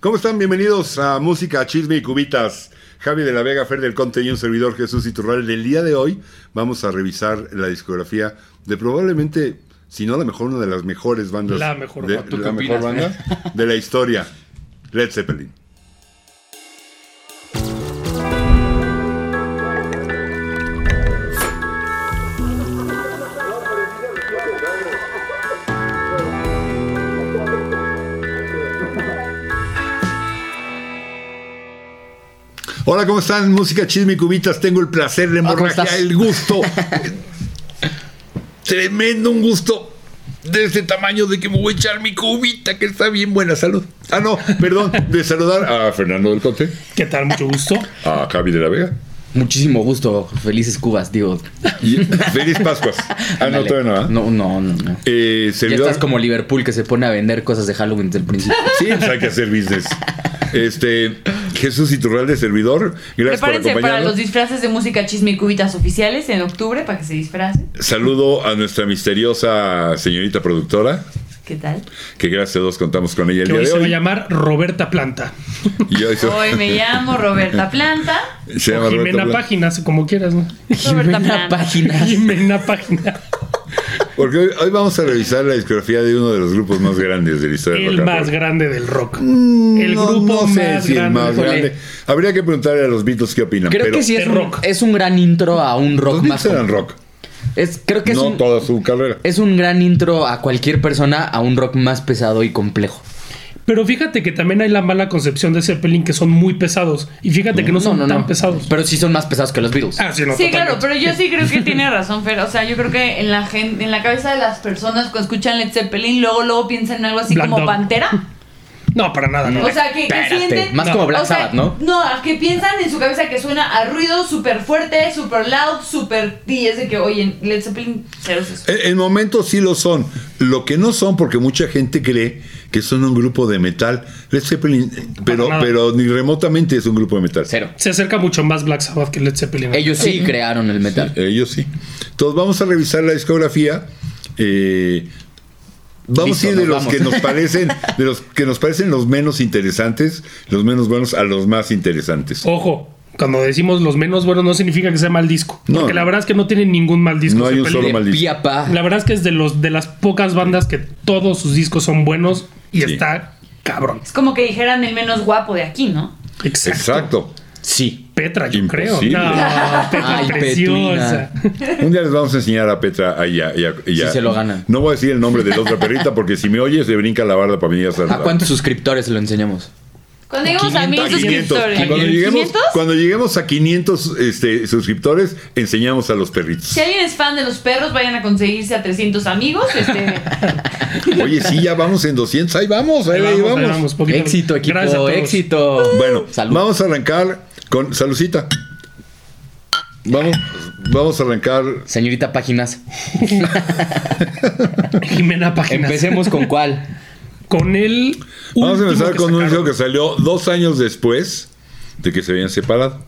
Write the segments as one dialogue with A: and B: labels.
A: ¿Cómo están? Bienvenidos a Música, Chisme y Cubitas. Javi de la Vega, Fer del Conte y un servidor Jesús Iturralde. El día de hoy vamos a revisar la discografía de probablemente, si no la mejor, una de las mejores bandas.
B: La mejor,
A: de,
B: ¿tú qué
A: la mejor
B: opinas, eh?
A: banda de la historia. Led Zeppelin. Hola, ¿cómo están? Música Chisme y Cubitas. Tengo el placer, la
C: ¿cómo
A: hemorragia,
C: estás?
A: el gusto. Tremendo un gusto de este tamaño de que me voy a echar mi cubita, que está bien buena. Salud. Ah, no, perdón, de saludar a Fernando del Conte,
B: ¿Qué tal? Mucho gusto.
A: a Javi de Ah, la Vega.
C: Muchísimo gusto, felices Cubas, digo.
A: Y feliz Pascuas. Ah, no,
C: Ándale.
A: todavía no, ¿ah?
C: No, no, no, no.
A: Eh,
C: Ya
A: servidor.
C: estás como Liverpool que se pone a vender cosas de Halloween desde el principio.
A: Sí, pues hay que hacer business. Este, Jesús Iturralde, servidor. Gracias por
D: Prepárense para
A: acompañarnos.
D: los disfraces de música chisme y cubitas oficiales en octubre para que se disfracen.
A: Saludo a nuestra misteriosa señorita productora,
D: ¿Qué tal?
A: que gracias a Dios contamos con ella el
B: Que
A: día
B: hoy
A: de
B: se va a
A: hoy.
B: llamar Roberta Planta.
A: Y hoy se-
D: Hoy me llamo Roberta Planta.
A: se
B: o
A: llama Roberto
B: Jimena
A: Blanco.
B: Páginas, como quieras, ¿no?
D: Roberta
C: Una
D: Planta.
C: página.
B: Jimena Página.
A: Porque hoy, hoy vamos a revisar la discografía de uno de los grupos más grandes de la historia del
B: El
A: rock and
B: más
A: roll. Mm,
B: grande del rock. el
A: No-
B: grupo
A: no sé
B: más
A: si el
B: grande.
A: más
B: Híjole.
A: grande. Habría que preguntarle a los Beatles qué opinan.
C: Creo
A: pero
C: que sí es
B: de
C: un,
B: rock.
C: es un gran intro a un rock
A: los
C: más.
A: Beatles eran
C: com-
A: rock,
C: Es, creo que es,
A: no
C: un,
A: toda su carrera.
C: es un gran intro a cualquier persona a un rock más pesado y complejo.
B: Pero fíjate que también hay la mala concepción de Zeppelin que son muy pesados. Y fíjate que no son tan pesados.
C: Pero sí son más pesados que los Beatles.
B: Ah, sí, no,
D: Sí,
B: totalmente.
D: claro, pero yo sí creo que tiene razón, Fer. O sea, yo creo que en la gente, en la cabeza de las personas cuando escuchan Led Zeppelin, luego, luego piensan en algo así
B: Black
D: como
B: Dog.
D: Pantera.
B: No, para nada, no.
D: O sea, que, que
C: Espérate,
D: sienten.
C: más
B: No.
C: como Black
D: o sea,
C: Sabbath, ¿no?
D: que piensan en su cabeza que suena a ruido súper fuerte, súper loud, súper. Y es de que, oye, Led Zeppelin, cero es eso.
A: En, en momentos sí lo son. Lo que no son, porque mucha gente cree que son un grupo de metal. Led Zeppelin, eh, pero,
B: nada.
A: pero ni remotamente es un grupo de metal.
C: Cero.
B: Se acerca mucho más Black Sabbath que Led Zeppelin.
C: Ellos sí, crearon el metal.
A: Ellos sí. Entonces vamos a revisar la discografía. Eh, vamos
C: Listo,
A: a ir de
C: nos
A: los
C: vamos.
A: que nos parecen, de los que nos parecen los menos interesantes, los menos buenos a los más interesantes.
B: Ojo, cuando decimos los menos buenos no significa que sea mal disco.
A: No.
B: Porque la verdad es que no tienen ningún mal disco.
A: No hay un
B: Zeppelin.
A: solo
C: De
A: maldito.
C: pi a Eh, pa.
B: La verdad es que es de los de las pocas bandas que todos sus discos son buenos y
A: Sí.
B: está cabrón.
D: Es como que dijeran el menos guapo de aquí, ¿no?
B: Exacto.
A: Exacto.
C: Sí.
B: Petra, yo
A: Imposible.
B: creo. No, Petra
C: Ay,
B: preciosa.
A: Un día les vamos a enseñar a Petra ahí a- y a- y
C: Si
A: a-
C: se lo ganan.
A: No voy a decir el nombre de la otra perrita porque si me oyes se brinca la barda para venir a saludar.
C: ¿A cuántos suscriptores lo enseñamos?
D: Cuando llegamos a mil
A: 500,
D: suscriptores.
A: Y Cuando lleguemos,
D: ¿500?
A: cuando lleguemos a 500 este, suscriptores, enseñamos a los perritos.
D: Si alguien es fan de los perros, vayan a conseguirse a 300 amigos. Este,
A: Oye, sí, ya vamos en 200. Ahí vamos, ahí, ahí
B: Ahí vamos, ahí
A: vamos.
B: vamos, poquito.
C: Éxito, equipo.
B: Gracias a todos.
C: Éxito.
A: Bueno,
C: Salud.
A: vamos a arrancar con salucita. Vamos, vamos a arrancar.
C: Señorita Páginas,
B: Jimena Páginas.
C: empecemos con cuál.
B: con el.
A: Vamos a
B: último
A: empezar
B: que
A: con un disco
B: sacaron.
A: que salió dos años después de que se habían separado.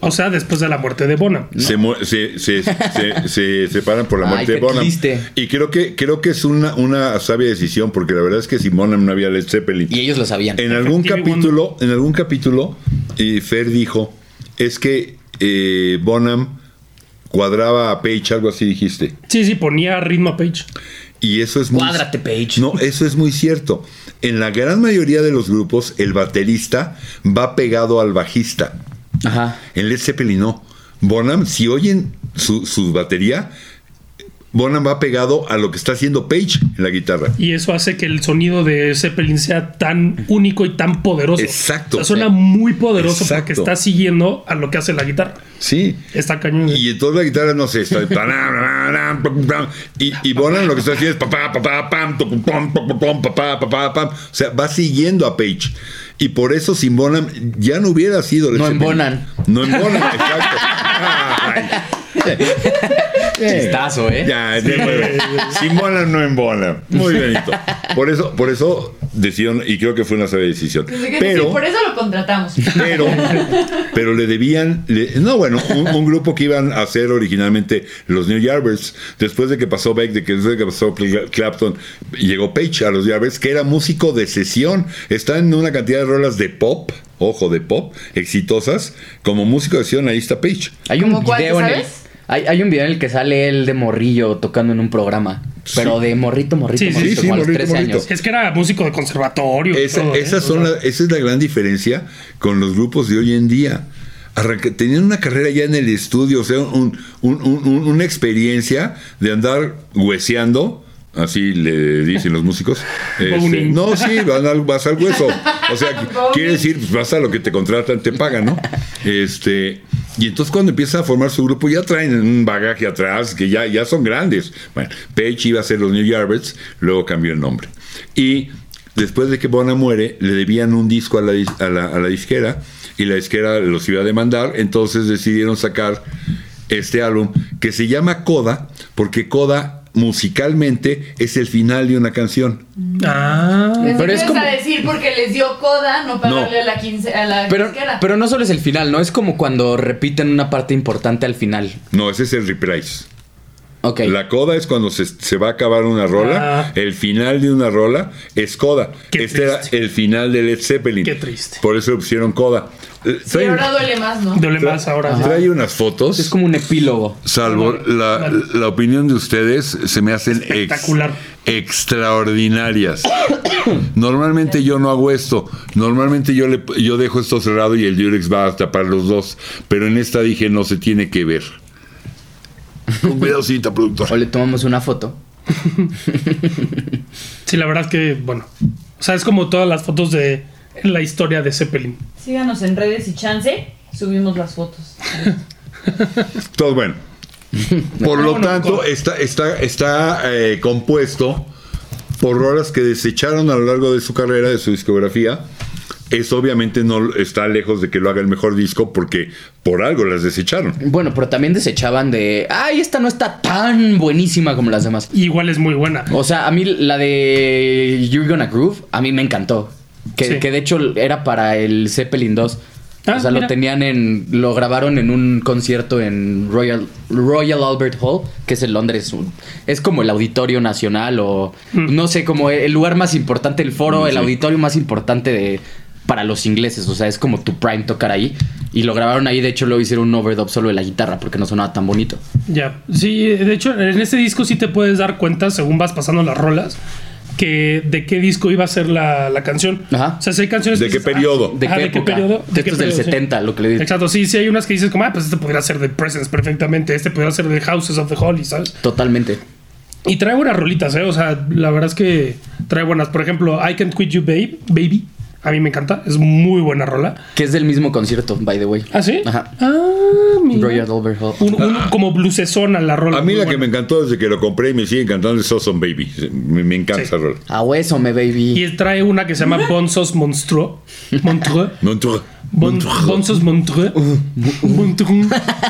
B: O sea, después de la muerte de Bonham.
A: Se, mu- se, se- se- se separan por la
C: Ay,
A: muerte de
C: qué
A: Bonham.
C: triste.
A: Y creo que, creo que es una, una sabia decisión, porque la verdad es que si Bonham no había Led Zeppelin.
C: Y ellos lo sabían.
A: En algún
B: Stevie
A: capítulo, en algún capítulo, eh, Fer dijo, es que eh, Bonham cuadraba a Page, algo así dijiste.
B: Sí, sí, ponía ritmo a Page.
A: Y eso es muy...
C: Cuádrate, Page.
A: No, eso es muy cierto. En la gran mayoría de los grupos, el baterista va pegado al bajista.
C: Ajá.
A: En Led Zeppelin no. Bonham, si oyen su, su batería, Bonham va pegado a lo que está haciendo Page en la guitarra.
B: Y eso hace que el sonido de Zeppelin sea tan único y tan poderoso.
A: Exacto.
B: O sea, suena muy poderoso porque
A: Exacto.
B: está siguiendo a lo que hace la guitarra.
A: Sí.
B: Está cañón.
A: Y entonces la guitarra no sé, está. Y, y Bonham lo que está haciendo es. papá, papá, pam, tucum, pam, pam, pam, papá, papá, pam. O sea, va siguiendo a Page. Y por eso sin Bonham ya no hubiera sido. Led
C: No en
A: Zeppelin.
C: Bonham.
A: No en Bonham, exacto. Ay,
C: Chistazo, ¿eh?
A: Ya, de nueve. Si mola, no embola. Muy bonito. Por eso, por eso decidieron, y creo que fue una sabia decisión.
D: Así Pues, que sí,
A: Pero,
D: por eso lo contratamos.
A: pero, pero le debían, le- no, bueno, un, un grupo que iban a ser originalmente los New Yardbirds, después de que pasó Beck, de que, después de que pasó Cl- Clapton, llegó Page a los Yardbirds, que era músico de sesión, está en una cantidad de rolas de pop, ojo, de pop, exitosas, como músico de sesión, ahí está Page.
C: Hay un
D: ¿Cómo cuál,
C: video
D: tú
C: en el.
D: sabes?
C: Hay, hay un video en el que sale él de morrillo tocando en un programa. Pero de morrito, morrito,
B: Sí, sí,
C: morrito,
A: sí,
C: como a los
A: morrito,
C: 13
A: morrito.
C: años.
B: Es que era músico de conservatorio. y
A: Esa,
B: todo, ¿eh?
A: esas son
B: O sea,
A: la- esa es la gran diferencia con los grupos de hoy en día. Arranca- tenían una carrera ya en el estudio, o sea, un- un- un- un- una experiencia de andar hueseando. Así le dicen los músicos. Este,
B: Boning.
A: no, sí, van al- vas al hueso. O sea,
D: Boning.
A: quiere decir, pues, vas a lo que te contratan, te pagan, ¿no? Este, y entonces cuando empieza a formar su grupo, ya traen un bagaje atrás, que ya, ya son grandes. Bueno, Page iba a ser los New Yardbirds, luego cambió el nombre. Y después de que Bona muere, le debían un disco a la, dis- a la, a la disquera, y la disquera los iba a demandar, entonces decidieron sacar este álbum, que se llama Coda, porque Coda musicalmente es el final de una canción.
B: Ah.
D: Pensé
C: Pero
D: que
C: es
D: ibas
C: como-
D: a decir porque les dio coda no pagarle a la quince a la
C: Pero,
D: disquera.
C: pero no solo es el final, ¿no? Es como cuando repiten una parte importante al final.
A: No, ese es el reprise.
C: Ok.
A: La coda es cuando se, se va a acabar una rola.
B: Ah.
A: El final de una rola es coda.
B: Qué
A: este era
B: triste.
A: el final de Led Zeppelin.
B: Qué triste.
A: Por eso le pusieron coda. Eh,
D: Sí,
A: trae,
D: ahora duele más, ¿no?
B: Duele más ahora.
A: trae unas fotos.
C: Es como un epílogo.
A: Salvo la, la opinión de ustedes, se me hacen ex-
B: Espectacular.
A: extraordinarias. Normalmente yo no hago esto. Normalmente yo, le, yo dejo esto cerrado y el Durex va a tapar los dos. Pero en esta dije, no se tiene que ver. Un videocita, productor.
C: O le tomamos una foto.
B: Sí, la verdad que, bueno. O sea, es como todas las fotos de la historia de Zeppelin.
D: Síganos en redes y chance, subimos las fotos.
A: Todo bueno. Por lo
B: Vámonos
A: tanto,
B: con-
A: está, está, está eh, compuesto por rolas que desecharon a lo largo de su carrera, de su discografía. Eso obviamente no está lejos de que lo haga el mejor disco porque por algo las desecharon.
C: Bueno, pero también desechaban de. ¡Ay, esta no está tan buenísima como las demás!
B: Y igual es muy buena.
C: O sea, a mí la de You're Gonna Groove, a mí me encantó. Que,
B: Sí.
C: que de hecho era para el Zeppelin 2.
B: Ah,
C: o sea, lo
B: mira.
C: tenían en. Lo grabaron en un concierto en Royal, Royal Albert Hall, que es en Londres. un- es como el Auditorio Nacional o.
B: Mm.
C: No sé, como el lugar más importante, el foro, el auditorio más importante de. Para los ingleses, o sea, es como tu prime tocar ahí. Y lo grabaron ahí, de hecho, lo hicieron un overdub solo de la guitarra porque no sonaba tan bonito.
B: Ya, sí, de hecho en este disco sí te puedes dar cuenta, según vas pasando las rolas, que de qué disco iba a ser la, la canción.
C: Ajá.
B: O sea, si hay canciones...
A: ¿De
B: que
A: qué
B: dices, ah,
A: periodo?
C: ¿De
B: ajá,
C: qué
B: ¿De qué
C: época?
B: periodo?
C: De estos del
B: periodo, sí.
C: 70, lo que le digo.
B: Exacto, sí, sí hay unas que dices como, ah, pues este podría ser de Presence perfectamente, este podría ser de Houses of the Holy, ¿sabes?
C: Totalmente.
B: Y trae buenas rolitas, ¿eh? O sea, la verdad es que trae buenas. Por ejemplo, I Can't Quit You Babe, Baby, a mí me encanta, es muy buena rola.
C: Que es del mismo concierto, by the way.
B: ¿Ah, sí?
C: Ajá.
B: Ah, mira.
C: Royal Albert Hall.
B: Un- un- como blusesona la rola.
A: Ah. A mí
B: muy
A: la que
B: buena.
A: me encantó desde que lo compré y me sigue encantando es Awesome Baby. Me, me encanta
B: Sí.
A: esa rola.
C: A hueso, me
B: Y
C: baby.
B: él trae una que se llama Bonzos Monstruo. Montreux.
A: Montreux. Uh,
B: Bon- Bonzos Montreux. Montreux.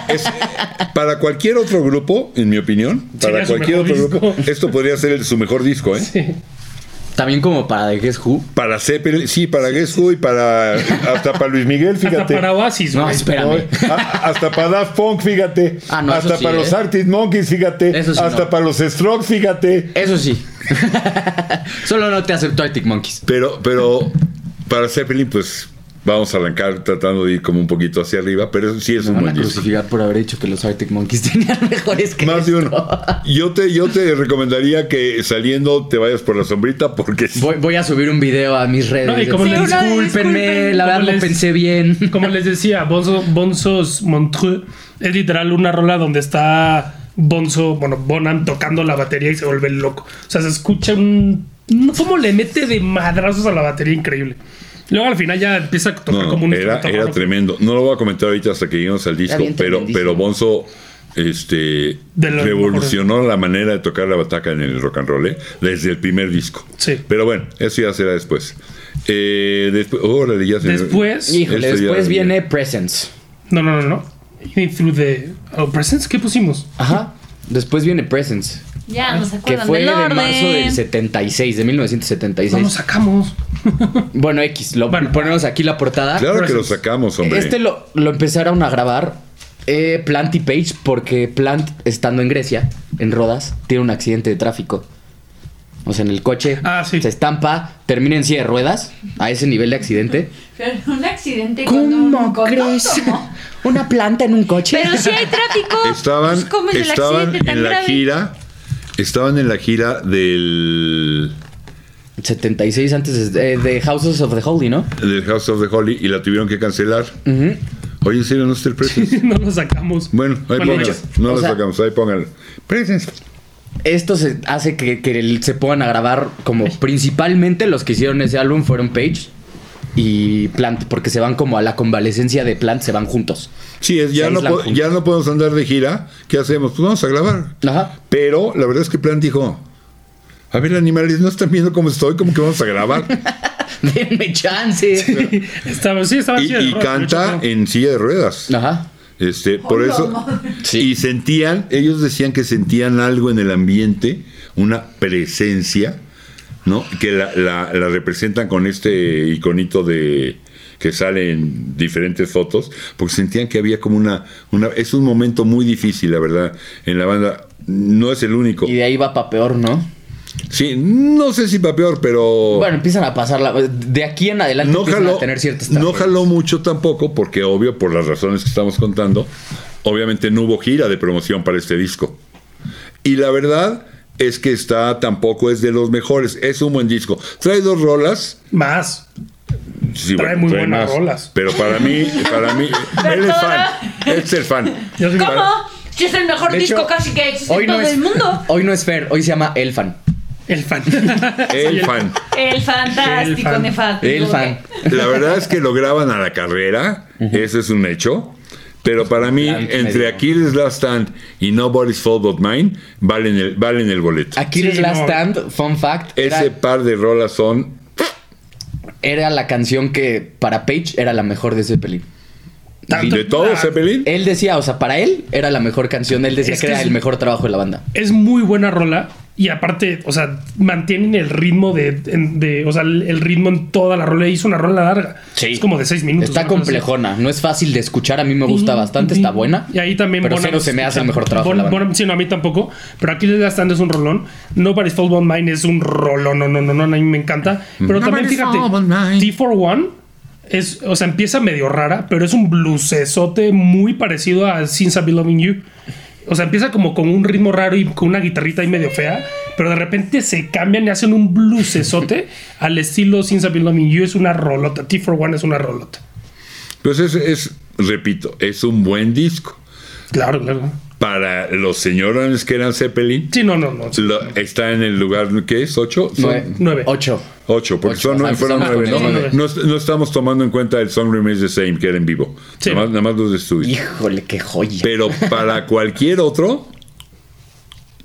A: Es- para cualquier otro grupo, en mi opinión, para
B: Sería su
A: cualquier otro
B: mejor
A: grupo,
B: disco.
A: esto podría ser su mejor disco, ¿eh?
B: Sí.
C: También como para The Guess Who.
A: Para Zeppelin, sí, para Guess Who y para. Hasta para Luis Miguel,
B: Hasta
A: fíjate.
B: para Oasis,
C: No,
B: güey.
C: espera.
A: No,
C: espérame.
A: a- hasta para Daft Punk, fíjate.
C: Ah, no, eso
A: hasta
C: sí,
A: para
C: ¿eh?
A: los Arctic Monkeys, fíjate.
C: Eso sí,
A: hasta
C: no.
A: para los Strokes, fíjate.
C: Eso sí. Solo no te aceptó Arctic Monkeys.
A: Pero, pero para Zeppelin, pues vamos a arrancar tratando de ir como un poquito hacia arriba, pero eso sí es
C: Me
A: un
C: van a
A: buen disco.
C: crucificar por haber dicho que los Arctic Monkeys tenían mejores que
A: Más de
C: esto.
A: uno. Yo te, yo te recomendaría que saliendo te vayas por la sombrita porque sí.
C: Voy, voy a subir un video a mis redes.
B: No, y como
C: Sí,
B: les-
C: discúlpenme,
D: disculpen,
C: la
B: como
C: verdad lo
B: les-
C: pensé bien.
B: Como les decía, Bonzo- Bonzos Montreux es literal una rola donde está Bonzo, bueno, Bonham tocando la batería y se vuelve loco. O sea, se escucha un. no, ¿Cómo le mete de madrazos a la batería? Increíble. Luego al final ya empieza a tocar
A: No,
B: como un.
A: era,
B: instrumento
A: era
B: raro.
A: tremendo. No lo voy a comentar ahorita hasta que lleguemos al disco,
C: bien
A: pero,
C: tremendísimo.
A: pero Bonzo este,
B: De los
A: revolucionó la manera de tocar la bataca en el rock and roll, ¿eh? desde el primer disco.
B: Sí.
A: Pero bueno, eso ya será después. Eh, después, órale, ya se me-
B: Después.
C: Híjole,
A: Esto ya-
C: después viene Presence.
B: No, no, no, no. Y through the oh, presents, ¿qué pusimos?
C: Ajá. Después viene Presence,
D: Ya, nos
C: que
D: acuerdan
C: fue de
D: del orden.
C: marzo del 76, de
B: No
C: 1976.
B: lo sacamos.
C: Bueno, X, lo
B: Bueno.
C: ponemos aquí la portada.
A: Claro que lo
B: Presents.
A: sacamos, hombre.
C: Este lo, lo empezaron a grabar eh, Plant y Page porque Plant, estando en Grecia, en Rodas, tiene un accidente de tráfico. O sea, en el coche
B: Ah, sí.
C: se estampa, termina en silla de ruedas, a ese nivel de accidente.
D: Pero un accidente con un autódromo.
C: ¿Una planta en un coche?
D: Pero si hay tráfico.
A: Estaban,
D: pues, ¿cómo es el
A: estaban
D: accidente tan
A: en la
D: grave?
A: gira. Estaban en la gira del,
C: 76 antes de, eh, de Houses of the Holy, ¿no?
A: del House of the Holy y la tuvieron que cancelar.
C: Ujú.
A: Oye, ¿en serio no está el Presence?
B: no lo sacamos.
A: Bueno, ahí
B: Bueno,
A: pónganlo.
B: hechas.
A: No
C: O
A: lo
C: sea-
A: sacamos, ahí pónganlo. Presence.
C: Esto se hace que, que el- se puedan a grabar como principalmente los que hicieron ese álbum fueron Page y Plant, porque se van como a la convalecencia de Plant, se van juntos.
A: Sí, es-
C: Se
A: ya, no
C: aíslan
A: po-
C: juntos.
A: ya no podemos andar de gira. ¿Qué hacemos? Pues vamos a grabar.
C: Ajá.
A: Pero la verdad es que Plan dijo: A ver, animales, no están viendo cómo estoy, como que vamos a grabar.
C: Denme chance.
B: Estaba, Ah, sí, estaba
A: y
B: chida,
A: y
B: ¿no?
A: canta en silla de ruedas.
C: Ajá.
A: Este, por
D: Hola,
A: eso.
D: madre.
C: Sí.
A: Y sentían, ellos decían que sentían algo en el ambiente, una presencia, ¿no? Que la, la- la representan con este iconito de que sale en diferentes fotos, porque sentían que había como una, una es un momento muy difícil, la verdad, en la banda. No es el único.
C: Y de ahí va pa' peor, ¿no?
A: Sí, no sé si para peor, pero
C: Bueno, empiezan a pasarla. De aquí en adelante
A: no
C: empiezan
A: jaló,
C: a tener ciertas
A: no
C: tragedias.
A: jaló mucho tampoco, porque obvio, por las razones que estamos contando, obviamente no hubo gira de promoción para este disco. Y la verdad es que está tampoco es de los mejores, es un buen disco. Trae dos rolas,
B: Más.
A: sí,
B: Trae muy buenas
A: más,
B: rolas.
A: Pero para mí, para mí, él es fan, él es el fan.
B: Yo soy-
D: ¿Cómo? Si es el mejor
C: De
D: disco
C: hecho,
D: casi que existe en
C: hoy no
D: todo
C: es-
D: el mundo.
C: Hoy no es Fair, hoy se llama El Fan.
B: El fan.
A: El fan.
D: El fantástico,
B: fan.
D: nefastico.
C: El Fan.
A: La verdad es que lo graban a la carrera, eso es un hecho. Pero para mí,
C: Plan que me
A: entre
C: dio.
A: Aquiles Last Stand y Nobody's Fault But Mine, valen el, valen el boleto.
C: Aquí
B: Sí,
C: les Last
B: no.
C: Stand, fun fact, era,
A: Ese par de rolas son.
C: era la canción que para Page era la mejor de Zeppelin.
B: Tanto-
A: ¿De todo, Zeppelin?
C: Él decía, o sea, para él era la mejor canción, él decía
B: Es
C: que,
B: que
C: era
B: es-
C: el mejor trabajo de la banda.
B: Es muy buena rola. Y aparte, o sea, mantienen el ritmo de, en- de- o sea, el el ritmo en toda la rola. Hizo una rola larga. Es como de seis minutos.
C: Está
B: una cosa así.
C: complejona, no es fácil de escuchar, a mí me gusta bastante, está buena.
B: Y ahí también
C: Pero
B: Bonham
C: cero se me hace el mejor trabajo de
B: Bon-
C: la banda.
B: Bonham, sí, no, a mí tampoco. Pero aquí les gastando es un rolón. Nobody's Fault But Mine es un rolón. No, no, no, no, a mí me encanta.
C: Mm.
B: Pero también fíjate, T41 es, o sea, empieza medio rara, pero es un bluesesote muy parecido a Since I've Been Loving You. O sea, empieza como con un ritmo raro y con una guitarrita ahí medio fea, pero de repente se cambian y hacen un bluesesote al estilo Since I've Been Loving You. Es una rolota. T41 es una rolota.
A: Pues es, es, repito, es un buen disco.
B: Claro, claro.
A: Para los señores que eran Zeppelin,
B: Sí, no, no, no.
A: lo- está en el lugar que es ocho, son
C: Nueve.
B: Nueve. Ah,
C: Ocho.
A: ocho, porque
C: Ocho,
A: son nueve,
C: ajá,
A: fueron
C: empezamos
A: nueve,
C: con
A: ¿no?
B: nueve.
A: No, es- no estamos tomando en cuenta el Song Remains the Same, que era en vivo.
B: Sí.
A: Nada, más, nada más los de estudio.
C: Híjole, qué joya.
A: Pero para cualquier otro,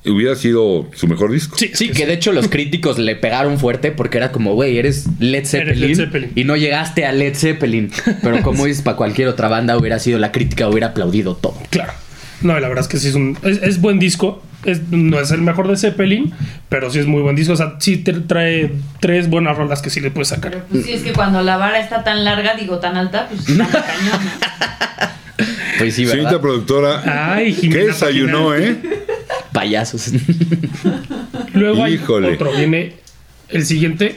A: hubiera sido su mejor disco.
B: Sí,
C: Sí, que de hecho los críticos le pegaron fuerte porque era como, güey, eres Led Zeppelin,
B: Led Zeppelin.
C: y no llegaste a Led Zeppelin. Pero como dices, para cualquier otra banda hubiera sido la crítica, hubiera aplaudido todo.
B: Claro. No, la verdad es que sí es un. Es, es buen disco. Es- no es el mejor de Zeppelin, pero sí es muy buen disco. O sea, sí te trae tres buenas rolas que sí le puedes sacar.
D: Pero pues sí, es que cuando la vara está tan larga, digo tan alta, pues está cañón. ¿no?
C: Pues sí,
A: Señorita
C: ¿verdad?
A: productora,
B: Ay,
A: que
B: Jimena.
A: desayunó,
B: Paquina.
A: eh?
C: Payasos.
B: Luego hay
A: Híjole.
B: otro. Viene el siguiente.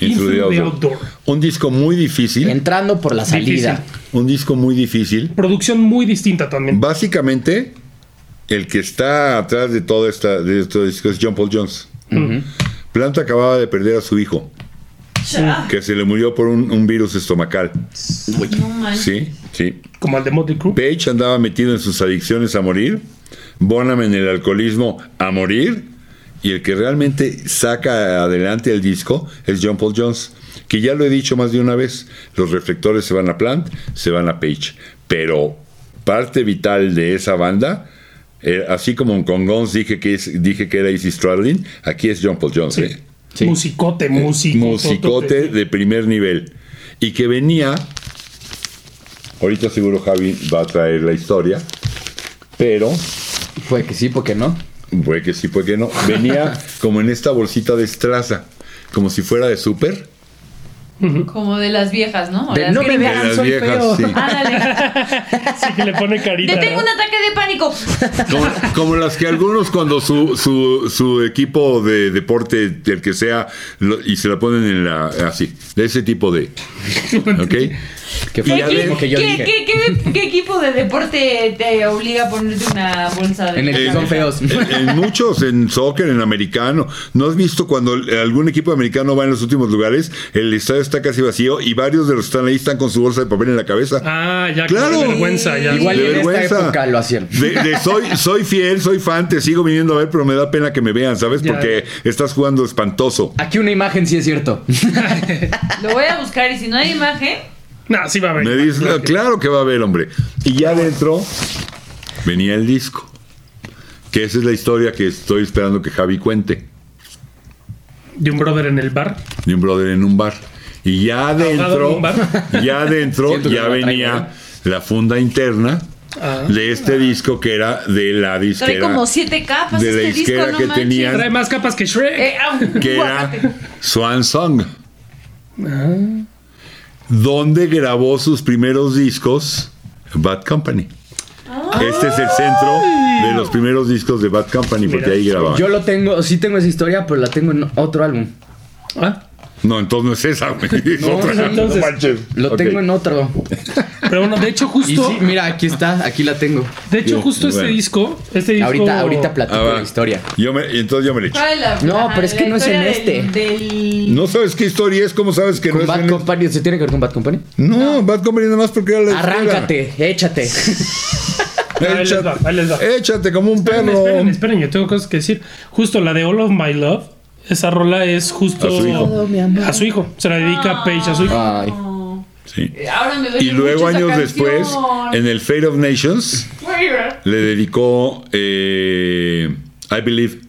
A: Into the
B: Into the
A: Outdoor.
B: Outdoor.
A: Un disco muy difícil.
C: Entrando por la salida.
B: Difícil.
A: Un disco muy difícil.
B: Producción muy distinta también.
A: Básicamente, el que está atrás de todo esta, de este disco es John Paul Jones. Planta acababa de perder a su hijo,
D: Ya,
A: que se le murió por un, un virus estomacal.
D: no manches.
A: Sí, sí.
B: Como el de Motley Crue.
A: Page andaba metido en sus adicciones a morir, Bonham en el alcoholismo a morir, y el que realmente saca adelante el disco es John Paul Jones, que ya lo he dicho más de una vez, los reflectores se van a Plant, se van a Page, pero parte vital de esa banda, eh, así como con Guns dije que, es- dije que era Izzy Stradlin, aquí es John Paul Jones.
B: Sí.
A: ¿eh?
C: Sí.
B: Musicote, musicote.
A: musicote de primer nivel y que venía Ahorita seguro Javi va a traer la historia, pero
C: Puede que sí, porque no.
A: Fue que sí, fue que no. Venía como en esta bolsita de estraza, como si fuera de súper.
D: Como de las viejas, ¿no? O
C: De
D: las
C: no me
A: De
D: gringas.
C: Ah,
A: las
C: soy
A: viejas,
C: feo.
A: sí.
D: Ándale.
B: Sí, que le pone carita.
D: Te tengo
B: ¿no?
D: un ataque de pánico.
A: Como, como las que algunos cuando su, su, su equipo de deporte, del que sea, lo- y se la ponen en la... así, de ese tipo de... ¿Ok?
C: Que
A: Y
C: fue lo
A: ya
C: mismo
A: ves,
C: que yo
D: ¿Qué-
C: dije.
D: qué- qué- qué equipo de deporte te obliga a ponerte una bolsa de
C: En el que
A: Eh,
C: son feos.
A: En, en muchos, en soccer, en americano. ¿No has visto cuando algún equipo americano va en los últimos lugares? El estadio está casi vacío y varios de los que están ahí están con su bolsa de papel en la cabeza.
B: Ah, ya,
A: Claro.
B: claro. vergüenza, ya.
C: Igual
A: De
C: y en
A: vergüenza.
C: esta época lo hacían.
A: De, de soy, soy fiel, soy fan, te sigo viniendo a ver, pero me da pena que me vean, ¿sabes?
B: Ya.
A: Porque estás jugando espantoso.
C: Aquí una imagen sí es cierto.
D: Lo voy a buscar y si no hay imagen,
B: No, sí va a haber.
A: Me dices, "Ah, claro que va a haber, hombre. Y ya adentro venía el disco. Que esa es la historia que estoy esperando que Javi cuente.
B: De un brother en el bar.
A: De un brother en un bar. Y ya
B: Ahogado en
A: adentro,
B: un bar.
A: ya adentro,
C: Siento que
A: ya
C: me la traigo,
A: venía la funda interna
B: Ah.
A: de este disco que era de la
D: trae
A: disquera.
D: como siete capas
A: de la
D: este disco,
A: disquera
D: no
A: que
D: manches.
A: tenían.
B: Trae más capas que Shrek.
D: Eh, au,
A: que era
D: guácate.
A: Swan Song.
B: Ah.
A: Donde grabó sus primeros discos Bad Company.
C: Ah.
A: Este es el centro de los primeros discos de Bad Company, porque
B: Mira.
A: ahí grababan.
C: Yo lo tengo, sí tengo esa historia, pero la tengo en otro álbum.
B: Ah,
A: No, entonces no es esa, güey. Es
C: No,
A: otra.
C: sí,
B: entonces,
A: No manches.
C: Lo
A: Ok.
C: tengo en otro.
B: Pero bueno, de hecho,
C: Y
B: justo.
C: sí, mira, aquí está, aquí la tengo.
B: de hecho,
A: Yo,
B: justo este
A: bueno.
B: disco. Este disco.
C: Ahorita, ahorita
A: Ah,
C: platico
A: va.
C: la historia.
A: Yo me- entonces yo me le echo.
D: Trae la-
C: No,
D: ajá,
C: pero es
D: la
C: que no es en
D: historia
C: este.
D: Del, del-
A: No sabes qué historia es, ¿cómo sabes que no
C: Con
A: es?
C: Bad
A: en-
C: Company, ¿se tiene que ver con Bad Company?
A: No, Bad Company nada más porque era la disquera.
C: Arráncate, échate.
B: Ahí les va, ahí les va.
A: Échate, échate como un
B: Esperen,
A: perro.
B: esperen, esperen, yo tengo cosas que decir. Justo la de All of My Love. Esa rola es justo.
A: A su hijo. Ah,
B: A su hijo. Se la
C: Ah.
B: dedica Paige a su hijo.
C: Ay.
A: Sí.
D: Ahora me duele
A: Y luego
D: mucho esa
A: años
D: canción.
A: después, en el Fate of Nations, le dedicó eh, I Believe.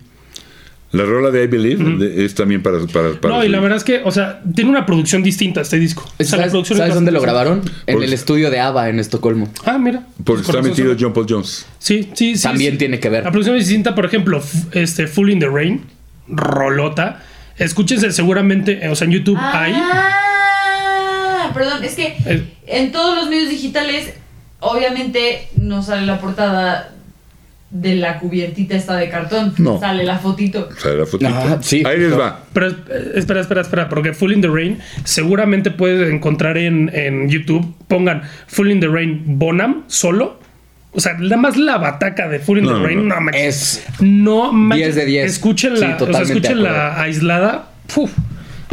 A: La rola de I Believe de- es también para... para, para
B: no, y
A: su-
B: la verdad es que, o sea, tiene una producción distinta este disco. O sea, la
C: ¿Sabes,
B: producción es
C: sabes dónde lo
B: bastante-
C: grabaron? En
A: Por-
C: el estudio de ABBA en Estocolmo.
B: Ah, mira.
A: Porque está
B: Con razón
A: metido
B: suena.
A: John Paul Jones.
B: Sí, sí, sí.
C: También
B: sí.
C: tiene que ver.
B: La producción es distinta, por ejemplo, f- este Full in the Rain, Rolota. Escúchense seguramente, eh, o sea, en YouTube hay.
D: Ah, perdón, es que
B: Eh.
D: en todos los medios digitales, obviamente, no sale la portada de la cubiertita esta de cartón.
A: No.
D: Sale la fotito.
A: O sea, la fotito.
C: Ah, sí,
A: Ahí les
C: justo.
A: va.
B: Pero eh, espera, espera, espera, porque Full in the Rain seguramente puedes encontrar en, en YouTube. Pongan Full in the Rain Bonham solo. O sea, nada más la bataca de Full in
A: No,
B: the Rain.
A: no.
B: No, manches.
C: Es.
B: No manches.
C: 10 Eh, de 10. Sí,
B: Escúchenla, o sea,
C: totalmente
B: escúchenla
C: de acuerdo.
B: aislada. Puf,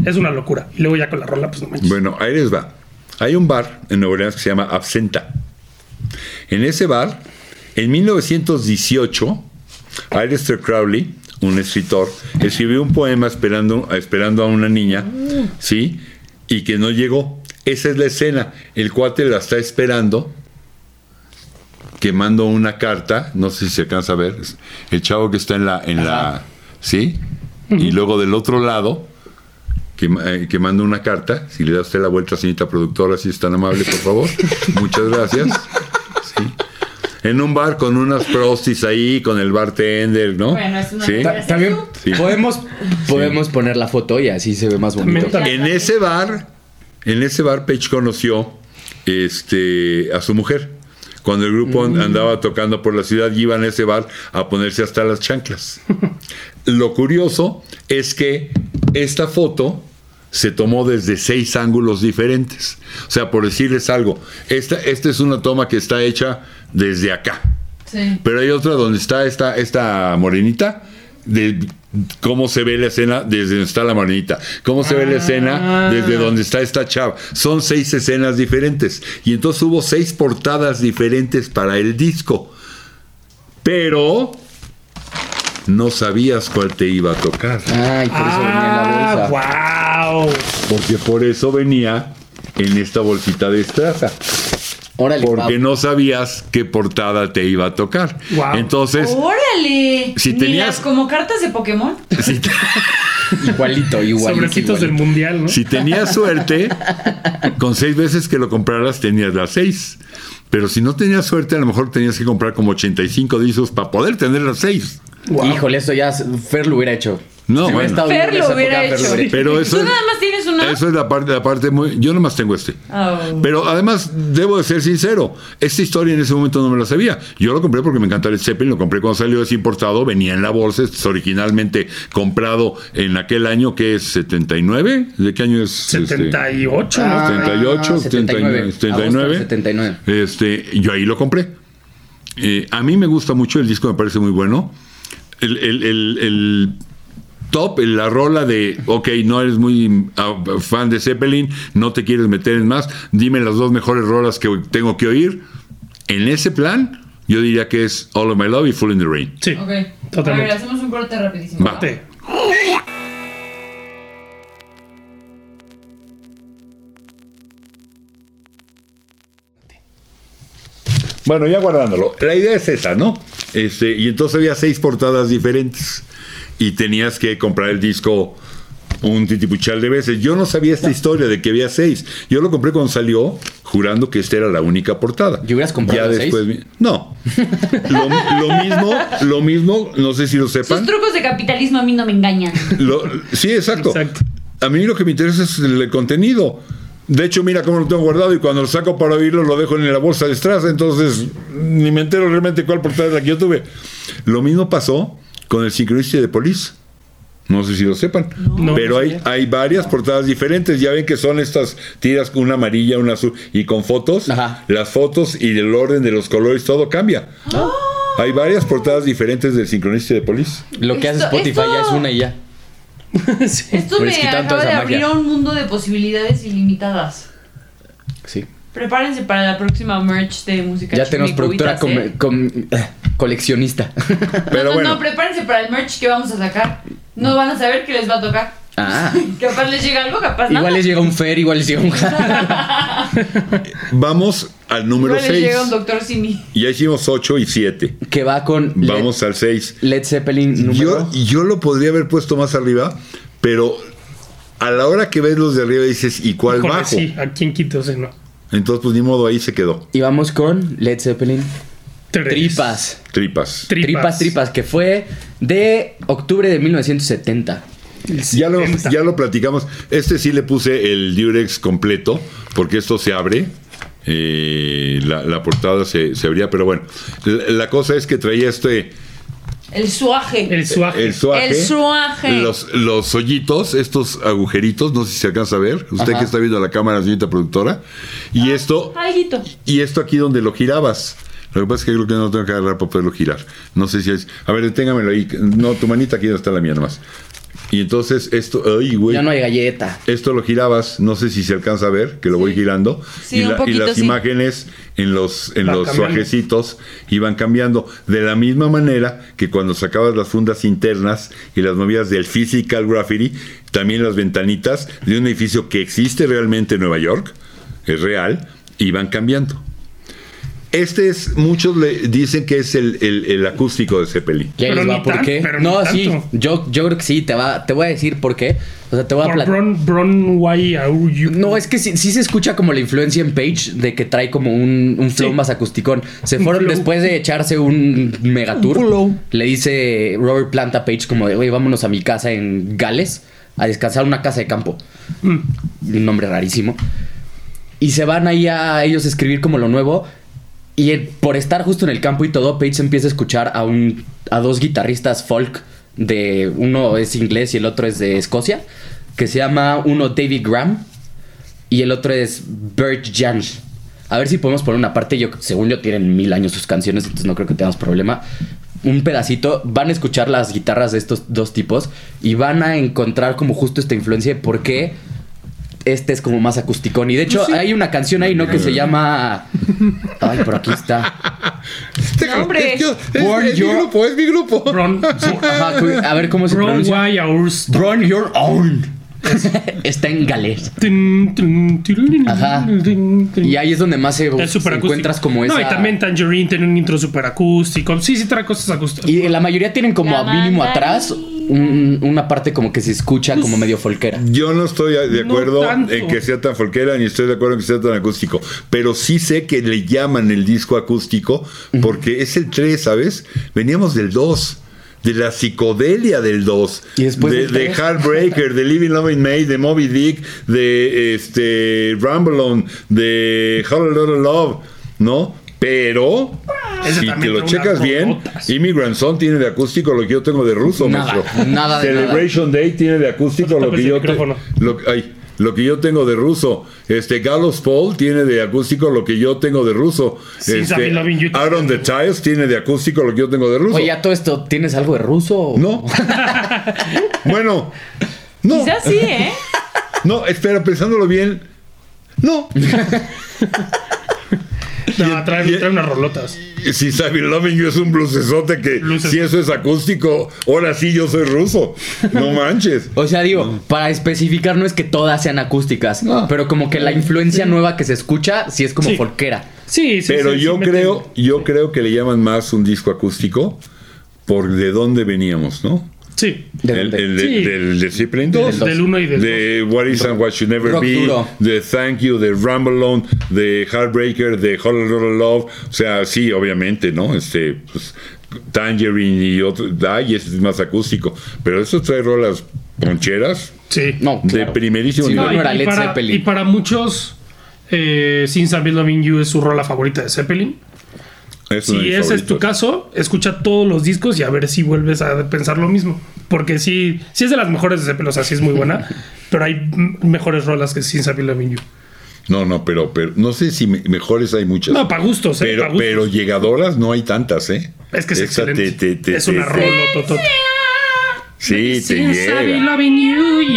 B: es una locura. Y luego ya con la rola, pues no manches.
A: Bueno, ahí les va. Hay un bar en Nueva Orleans que se llama Absenta. En ese bar, en 1918, Aleister Crowley, un escritor, escribió un poema esperando, esperando a una niña, ¿sí? Y que no llegó. Esa es la escena. El cuate la está esperando, que mandó una carta, no sé si se alcanza a ver, es el chavo que está en la, en la, ¿sí? Y luego del otro lado, que, ma- eh, que manda una carta. Si le da usted la vuelta, señorita productora, si es tan amable, por favor. Muchas gracias. Sí. En un bar con unas prostis ahí, con el bartender, ¿no?
D: Bueno, es una
A: Sí.
D: manera.
C: Ta- También
A: Sí.
C: podemos, podemos poner la foto y así se ve más bonito.
B: También, también.
A: En ese bar, en ese bar, Page conoció este, a su mujer. Cuando el grupo an- andaba tocando por la ciudad, iban a ese bar a ponerse hasta las chanclas. Lo curioso es que esta foto se tomó desde seis ángulos diferentes. O sea, por decirles algo, esta, esta es una toma que está hecha desde acá.
D: Sí.
A: Pero hay otra donde está esta, esta morenita, de cómo se ve la escena desde donde está la morenita, cómo se ve la escena desde donde está esta chava. Son seis escenas diferentes. Y entonces hubo seis portadas diferentes para el disco. Pero no sabías cuál te iba a tocar.
C: Ay, por eso venía en la bolsa.
B: Ah, wow.
A: Porque por eso venía en esta bolsita de estraza.
C: Órale, ah,
A: porque
C: wow.
A: no sabías qué portada te iba a tocar.
B: Guau.
C: Pues,
A: Entonces,
D: Oh. ¡Órale!
A: si
D: Ni
A: tenías-
D: las como cartas de Pokémon.
A: si, te-
C: Igualito, igualito.
B: Sobrecitos del
C: igualito.
B: mundial, ¿no?
A: si tenías suerte, con seis veces que lo compraras tenías las seis. Pero si no tenías suerte, a lo mejor tenías que comprar como 85 discos para poder tener las seis.
B: Guau.
C: Híjole, eso ya Fer lo hubiera hecho.
A: No,
C: Si hubiera
A: bueno.
C: estado
D: Fer
C: viviendo
D: lo
C: esa
D: hubiera
C: Fer
D: hecho.
C: lo hubiera
A: Pero eso
D: ¿Tú
A: es-
D: nada más tienes una?
A: Eso es la parte, la parte muy. Yo nomás tengo este.
D: Oh.
A: Pero además, debo de ser sincero, esta historia en ese momento no me la sabía. Yo lo compré porque me encanta el Zeppelin, lo compré cuando salió, es importado, venía en la bolsa, es originalmente comprado en aquel año que es 79. ¿De qué año es? este?
B: 78, ¿no?
C: Ah,
A: 78, 79.
C: 79,
A: 79.
C: agosto del 79.
A: Este, yo ahí lo compré. Eh, a mí me gusta mucho, el disco me parece muy bueno. El, el- el- el top, el- la rola de, ok, no eres muy ah, fan de Zeppelin, no te quieres meter en más, dime las dos mejores rolas que tengo que oír. En ese plan, yo diría que es All of My Love y Full in the Rain.
B: Sí,
D: Ok. A ver,
B: totalmente.
D: hacemos un corte rapidísimo.
A: Va.
B: Sí.
A: Bueno, ya guardándolo. La idea es esa, ¿no? Este, y entonces había seis portadas diferentes. Y tenías que comprar el disco un titipuchal de veces. Yo no sabía esta historia de que había seis. Yo lo compré cuando salió, jurando que esta era la única portada.
C: ¿Y hubieras comprado
A: Ya después vi- No. Lo, lo mismo, lo mismo, no sé si lo
D: Sus
A: sepan.
D: trucos de capitalismo a mí no me engañan.
C: Pues
A: Lo- sí, exacto.
B: Exacto.
A: A mí lo que me interesa es el contenido. De hecho, mira cómo lo tengo guardado y cuando lo saco para oírlo lo dejo en la bolsa de Strass, entonces ni me entero realmente cuál portada es la que yo tuve. Lo mismo pasó con el sincronista de Police. No sé si lo sepan,
B: No.
A: pero
B: No
A: hay, hay varias portadas diferentes. Ya ven que son estas tiras con una amarilla, una azul y con fotos.
C: Ajá.
A: Las fotos y el orden de los colores, todo cambia. Hay varias portadas diferentes del sincronista de Police.
C: Lo que hace
D: Esto-
C: Spotify ya es
D: esto-
C: una y ya.
B: Sí.
D: Esto
C: Pero
D: me
C: es que tanto
D: acaba de
C: esa
D: abrir
C: magia.
D: a un mundo de posibilidades ilimitadas.
C: Sí.
D: Prepárense para la próxima merch de música.
C: Ya tenemos
D: Chimi
C: productora
D: Cubitas,
C: come-
D: ¿eh?
C: com- eh, coleccionista.
A: Pero
D: no, no,
A: bueno.
D: no, prepárense para el merch que vamos a sacar. No van a saber qué les va a tocar.
C: Ah.
D: Capaz les llega algo, capaz nada.
C: Igual les llega un Fer, igual les llega un
A: Vamos al número
D: Igual les
A: 6.
D: llega un doctor Simi.
A: Ya hicimos 8 y 7.
C: que va con Led-
A: Vamos al 6.
C: Led Zeppelin número.
A: Yo, yo lo podría haber puesto más arriba, pero a la hora que ves los de arriba dices, ¿y cuál
B: Híjole,
A: bajo?
B: sí, aquí en Quito, sí, no.
A: Entonces, pues ni modo, ahí se quedó.
C: Y vamos con Led Zeppelin
B: Tres.
C: Tripas.
A: Tripas.
C: Tripas, tripas, que fue de octubre de 1970.
A: Ya lo,
B: 70.
A: ya lo platicamos. Este sí le puse el Durex completo, porque esto se abre. eh, la, la portada se, se abría, pero bueno. La, la cosa es que traía este.
D: El suaje.
B: El suaje.
A: El suaje.
D: El suaje.
A: Los, los hoyitos, estos agujeritos, no sé si se alcanza a ver. Usted
C: Ajá.
A: que está viendo a la cámara, señorita productora. Y esto,
D: Ay, Guito.
A: y esto aquí donde lo girabas. Lo que pasa es que creo que no tengo que agarrar para poderlo girar. No sé si es. A ver, deténgamelo ahí. No, tu manita aquí no está la mía nomás. Y entonces esto. Ay, güey.
C: Ya no hay galleta.
A: Esto lo girabas, no sé si se alcanza a ver, que lo voy girando.
D: Sí,
A: y,
D: un
A: la- y
D: poquito,
A: las
D: sí.
A: imágenes en los, en
B: Va
A: los
B: cambiando.
A: suajecitos iban cambiando. De la misma manera que cuando sacabas las fundas internas y las movías del physical graffiti, también las ventanitas de un edificio que existe realmente en Nueva York, es real, iban cambiando. Este es, muchos le dicen que es el, el- el acústico de Zeppelin.
C: Ya
B: Pero
C: les va,
B: ni
C: ¿por
B: tan-
C: qué?
B: pero
C: No,
B: ni
C: sí,
B: tanto.
C: yo, yo creo que sí, te, va, te voy a decir por qué. O sea, te voy a
B: Por
C: platicar.
B: Bron, Bron Y. Aoyu.
C: No, es que sí, sí se escucha como la influencia en Page de que trae como un, un flow
B: Sí.
C: más acusticón. Se
B: Un
C: fueron
B: flow.
C: después de echarse un megatour.
B: flow.
C: le dice Robert Plant a Page como de, oye, vámonos a mi casa en Gales a descansar una casa de campo.
B: Mm.
C: Un nombre rarísimo. Y se van ahí a ellos a escribir como lo nuevo. Y el- por estar justo en el campo y todo, Page empieza a escuchar a, un, a dos guitarristas folk. De uno es inglés y el otro es de Escocia. Que se llama uno David Graham y el otro es Bert Jansch. A ver si podemos poner una parte. Yo, según yo, tienen mil años sus canciones, entonces no creo que tengamos problema. Un pedacito, van a escuchar las guitarras de estos dos tipos y van a encontrar como justo esta influencia de por qué este es como más acusticón. Y de
B: Pues
C: hecho, hay una canción ahí, ¿no? Que se llama. Ay, por aquí está.
D: No, hombre.
A: Es, que- es-
C: Born
A: es mi
C: Your-
A: grupo, es mi grupo.
B: Bron.
C: Ajá, cu- a ver cómo se
B: Bron
C: pronuncia.
B: Y. Aours.
C: Burn your own. Está en galés.
B: Tin, tin, tirulín,
C: Ajá.
B: tin, tin.
C: Y ahí es donde más se,
B: Es
C: se
B: superacústico.
C: encuentras como esa.
B: No, y también Tangerine tiene un intro superacústico. Sí, sí trae cosas acústicas.
C: Y la mayoría tienen como
D: La
C: a mínimo
D: mandarina.
C: atrás un- una parte como que se escucha como medio folquera.
A: Yo no estoy de
B: No
A: acuerdo
B: tanto.
A: en que sea tan folquera, ni estoy de acuerdo en que sea tan acústico. Pero sí sé que le llaman el disco acústico porque es el 3, ¿sabes? Veníamos del 2. De la psicodelia del 2.
C: Y después
A: de,
C: del
A: de
C: tres.
A: Heartbreaker, de Living Loving May, de Moby Dick, de este Rumble On, de How a Lot of Love, ¿no? Pero,
B: Ese
A: si
B: también
A: te lo
B: trae
A: checas
B: unas
A: bien,
B: rodotas.
A: Immigrant Song tiene de acústico lo que yo tengo de ruso,
C: Nada,
A: maestro.
C: nada de nada.
A: Celebration Day tiene de acústico lo
B: Tapes
A: que
B: el
A: yo te-
B: micrófono.
A: lo, ay, lo que yo tengo de ruso. Este Gallows Paul tiene de acústico lo que yo tengo de ruso.
B: Sí,
A: este,
B: Sammy Lovin' You-
A: Aaron the Tiles tiene de acústico lo que yo tengo de ruso.
C: Oye, a todo esto, ¿tienes algo de ruso? o-
A: no. bueno. No.
D: Quizás sí, ¿eh?
A: No, espera, pensándolo bien. No.
B: No, trae,
A: y-
B: trae unas rolotas.
A: Si Sammy Loving You es un blusesote que
B: Luces.
A: si eso es acústico, ahora sí yo soy ruso. No manches.
C: O sea, digo, para especificar no es que todas sean acústicas,
A: No.
C: pero como que la influencia nueva que se escucha sí es como
B: Sí.
C: folquera.
B: Sí, sí.
A: Pero
B: sí, sí
A: yo
B: meten-
A: creo, yo creo que le llaman más un disco acústico por de dónde veníamos, ¿no?
B: Sí.
C: ¿De
A: el,
C: dónde?
A: el de-
B: Sí.
A: del Discipline
B: Del,
A: 2.
B: del uno y del dos.
A: De What Is and What Should Never
C: Rock
A: Be,
C: duro.
A: de Thank You, de Rumble On, de Heartbreaker, de Hollow Little Love. O sea, sí, obviamente, ¿no? Este, pues, Tangerine y otro. Ay, ese es más acústico. Pero eso trae rolas poncheras
B: Sí.
C: No, Oh, claro.
A: de primerísimo
C: Sí,
A: nivel.
C: no, era Led
B: para,
C: Zeppelin.
B: y para muchos, eh, Since I've Been Loving You es su rola favorita de Zeppelin.
A: Es uno de
B: Si
A: mis
B: ese es
A: favoritos.
B: tu caso, escucha todos los discos y a ver si vuelves a pensar lo mismo. Porque sí, sí es de las mejores de Zeppelin, o sea, sí es muy buena. pero hay m- mejores rolas que Since I've Been Loving You.
A: No, no, pero, pero no sé si me- mejores hay muchas.
B: No, para gustos, eh, pa'
A: Pero,
B: gustos.
A: pero llegadoras no hay tantas, ¿eh?
B: es que es
A: Esta
B: excelente.
A: te- te- te-
B: es una
A: te-
B: rola totota.
A: Sí, te
B: Since I've Been
A: llega.
B: Loving You,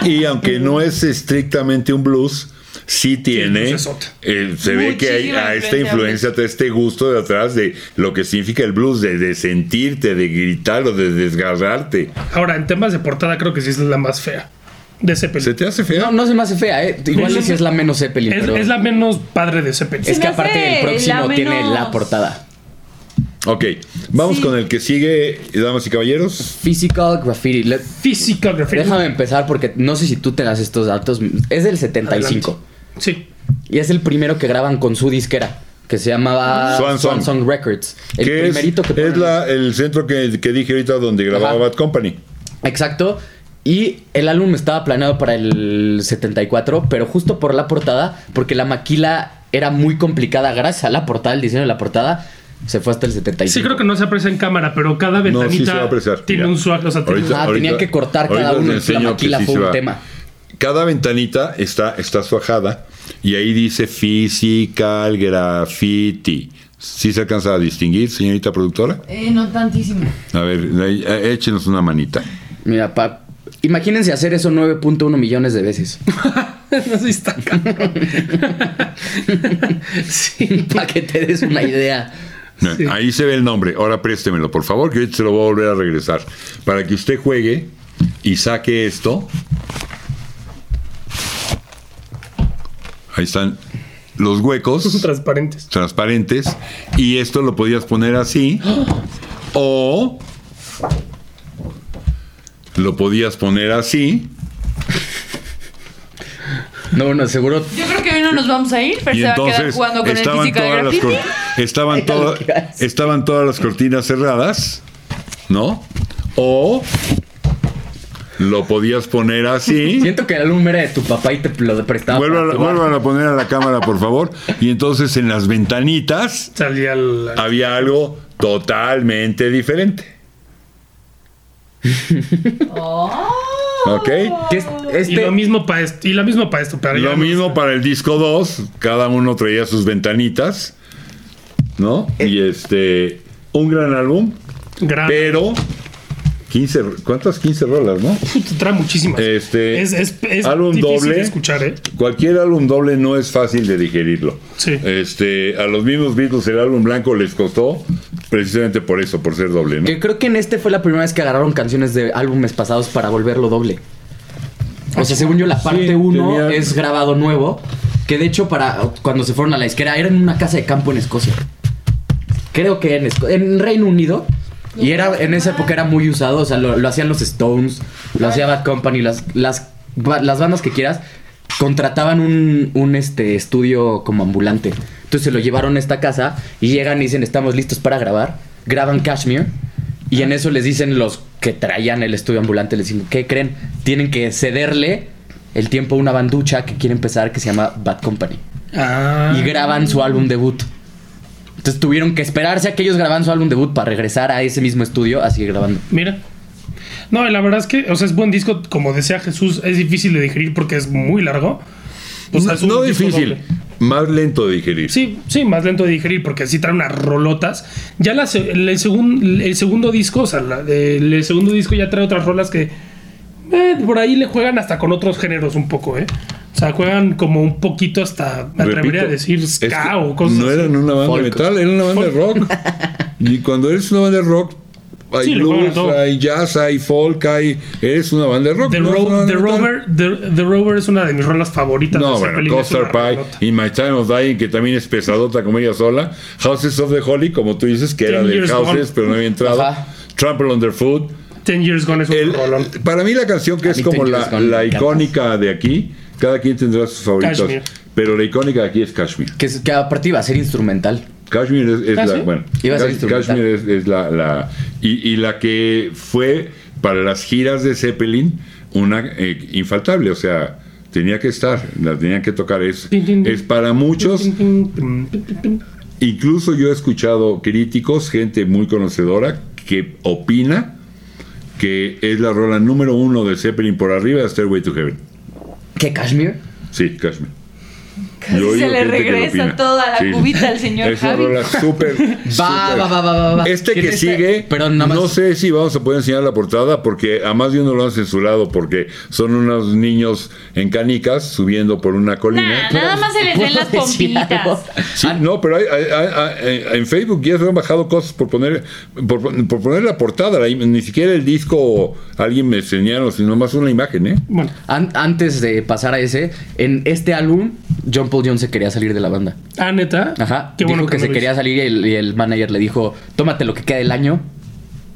B: yeah.
A: Y aunque no es estrictamente un blues, sí tiene.
B: bluesesota.
A: eh, se ve que hay
D: Muchísima
A: a esta
D: influencia
A: influencia, a este gusto de atrás de lo que significa el blues, de, de sentirte, de gritar o de desgarrarte.
B: Ahora, en temas de portada, creo que sí es la más fea de Zeppelin.
A: ¿Se te hace feo?
C: No, no se me hace fea, ¿eh? Igual
B: Es-
C: sí es la menos Zeppelin,
B: Es,
C: pero...
B: es la menos padre de Zeppelin.
C: es
D: Se
C: que
D: me hace
C: aparte el
D: la
C: próximo
D: menos-
C: tiene la portada.
A: Ok, vamos
D: Sí.
A: con el que sigue, damas y caballeros.
C: Physical Graffiti. Le-
B: Physical Graffiti.
C: Déjame empezar porque no sé si tú tengas estos datos. Es del 75.
B: Sí.
C: Y es el primero que graban con su disquera, que se llamaba
A: Swan
C: Swan
A: Song.
C: Song Records. El
A: que es,
C: primerito que
A: es
C: ponen-
A: la- el centro que, que dije ahorita donde grababa
C: Ajá.
A: Bad Company.
C: Exacto. Y el álbum estaba planeado para el 74, pero justo por la portada, porque la maquila era muy complicada gracias a la portada, el diseño de la portada, se fue hasta el 75.
B: Sí, creo que no se aprecia en cámara, pero cada
A: No, sí se va a
B: ventanita
A: apreciar.
B: tiene
A: Mira.
B: un swag. O sea, tiene
A: Ahorita-
C: Ah, tenían que cortar cada
A: ahorita
C: uno,
A: te
C: la
A: enseño que
C: maquila fue
A: se
C: un
A: va.
C: tema.
A: Cada ventanita está, está suajada y ahí dice Physical Graffiti. ¿Sí se alcanza a distinguir, señorita productora?
D: Eh, no tantísimo.
A: A ver, ahí, eh, échenos una manita.
C: Mira, pa, imagínense hacer eso 9.1 millones de veces.
B: no sé si está cabrón. sí.
C: para que te des una idea.
B: Sí.
A: Ahí se ve el nombre. Ahora préstemelo, por favor, que ahorita se lo voy a volver a regresar. Para que usted juegue y saque esto. Ahí están los
B: Son
A: huecos.
B: transparentes.
A: transparentes y esto lo podías poner así o lo podías poner así
C: No, no, seguro.
D: Yo creo que hoy no nos vamos a ir, pero
A: y
D: se va a quedar
A: entonces
D: jugando con el
A: estaban
D: física de
A: todas las
D: graffiti.
A: cor- estaban
C: Era lo
A: todas
C: que iba a decir.
A: estaban todas las cortinas cerradas no o lo podías poner así
C: Siento que el álbum era de tu papá y te lo prestaba. para
A: vuelvan
C: jugar.
A: a poner a la cámara por favor y entonces en las ventanitas
B: Salía la.
A: había algo totalmente diferente
D: Oh.
A: ok
C: Que es- este-
B: Y lo mismo para esto. Y lo mismo para esto. Pero ya
A: Lo
B: no-
A: mismo para el disco 2, cada uno traía sus ventanitas, ¿no? Y este, un gran álbum,
B: Gran.
A: pero 15, ro- ¿cuántas 15 rolas, no?
B: Trae muchísimas.
A: Este,
B: es, es, es
A: álbum
B: difícil
A: doble.
B: de escuchar, ¿eh?
A: Cualquier álbum doble no es fácil de digerirlo.
B: Sí.
A: Este, a los mismos Beatles el álbum blanco les costó precisamente por eso, por ser doble, ¿no?
C: Que creo que en este fue la primera vez que agarraron canciones de álbumes pasados para volverlo doble. O sea, según yo, la parte
A: Sí,
C: 1
A: tenía-
C: es grabado nuevo. Que de hecho, para cuando se fueron a la izquierda, era en una casa de campo en Escocia. Creo que en, Esco- en Reino Unido. Y era en esa época era muy usado. O sea, lo, lo hacían los Stones, lo hacía Bad Company, las, las, ba- las bandas que quieras. Contrataban un, un, este, estudio como ambulante. Entonces se lo llevaron a esta casa y llegan y dicen: Estamos listos para grabar. Graban Cashmere. Y en eso les dicen los que traían el estudio ambulante, les dicen, ¿qué creen? Tienen que cederle el tiempo a una banducha que quiere empezar que se llama Bad Company.
B: Ah.
C: Y graban su álbum debut. Entonces tuvieron que esperarse a que ellos graban su álbum debut para regresar a ese mismo estudio a seguir grabando.
B: Mira. No, y la verdad es que, o sea, es buen disco, como decía Jesús, es difícil de digerir porque es muy largo. O sea, es un
A: no
B: disco
A: difícil,
B: doble.
A: más lento de digerir.
B: Sí, sí, más lento de digerir porque sí trae unas rolotas. Ya la, se- el, el segun- el segundo disco, o sea, la- el, el segundo disco ya trae otras rolas que eh, por ahí le juegan hasta con otros géneros un poco, ¿eh? O sea, juegan como un poquito hasta, me atrevería a
A: Repito,
B: decir,
A: es
B: ska
A: que
B: o cosas
A: No
B: así.
A: eran una banda
C: Folk.
A: de metal, eran una banda de rock. y cuando eres una banda de rock, hay
B: Sí, le juegan a
A: blues,
B: todo.
A: hay jazz, hay folk, hay. Eres una banda de rock.
B: The,
A: no eres
B: Ro-
A: una banda
B: The
A: de metal.
B: Rover, The, The Rover es una de mis rolas favoritas. de
A: No, bueno,
B: Zeppelin, es una
A: Coaster Pie,
B: rolota.
A: In My Time of Dying, que también es pesadota como ella sola. Houses of the Holy, como tú dices, que era
B: Ten
A: de
B: Years
A: Houses,
B: Gone.
A: pero no había entrado.
C: Ajá.
A: Trample Underfoot.
B: Ten Years Gone es un
A: El-
B: rolón.
A: para mí la canción que
C: A
A: es
C: mí
A: como
C: Ten Years
A: la,
C: Gone
A: la
C: me encanta.
A: icónica de aquí, cada quien tendrá sus favoritos,
B: Kashmir.
A: pero la icónica de aquí es Kashmir.
C: Que, es- que aparte iba a ser instrumental.
A: Kashmir es, es
B: Ah,
A: la,
B: ¿sí?
A: bueno,
C: Iba a ser
A: Kash-
C: instrumental.
A: Kashmir es, es la, la- y, y la que fue para las giras de Zeppelin una eh, infaltable, o sea, tenía que estar, la tenían que tocar, es,
B: Tin, tin, tin.
A: es para muchos, incluso yo he escuchado críticos, gente muy conocedora, que opina que es la rola número uno de Zeppelin por arriba de Stairway to Heaven.
C: ¿Qué Cashmere?
A: Sí, Kashmir.
D: Casi
A: Yo he
D: se
A: oído
D: le
A: gente que lo
D: regresa
A: opina.
D: toda la
A: Sí.
D: cubita al señor
A: Es una
D: Javi.
A: rola súper.
C: Va,
A: súper.
C: va, va, va, va, va.
A: Este que
C: Tiene
A: sigue,
C: pero nada más-
A: no sé si vamos a poder enseñar la portada porque a más de uno lo han censurado porque son unos niños en canicas subiendo por una colina.
D: Nah, nada más se les ven las
C: ¿Puedo decir
D: pompitas.
C: algo?
A: Sí, no, pero hay- hay- hay- hay- en Facebook ya se han bajado cosas por poner por, por poner la portada, la im- ni siquiera el disco alguien me enseñaron, sino más una imagen, ¿eh?
B: Bueno,
C: An- antes de pasar a ese, en este álbum, John Paul Jones se quería salir de la banda.
B: ah, neta.
C: Ajá.
B: Qué
C: dijo
B: bueno
C: que
B: no
C: se
B: lo
C: quería salir y el, y el manager le dijo, tómate lo que queda del año,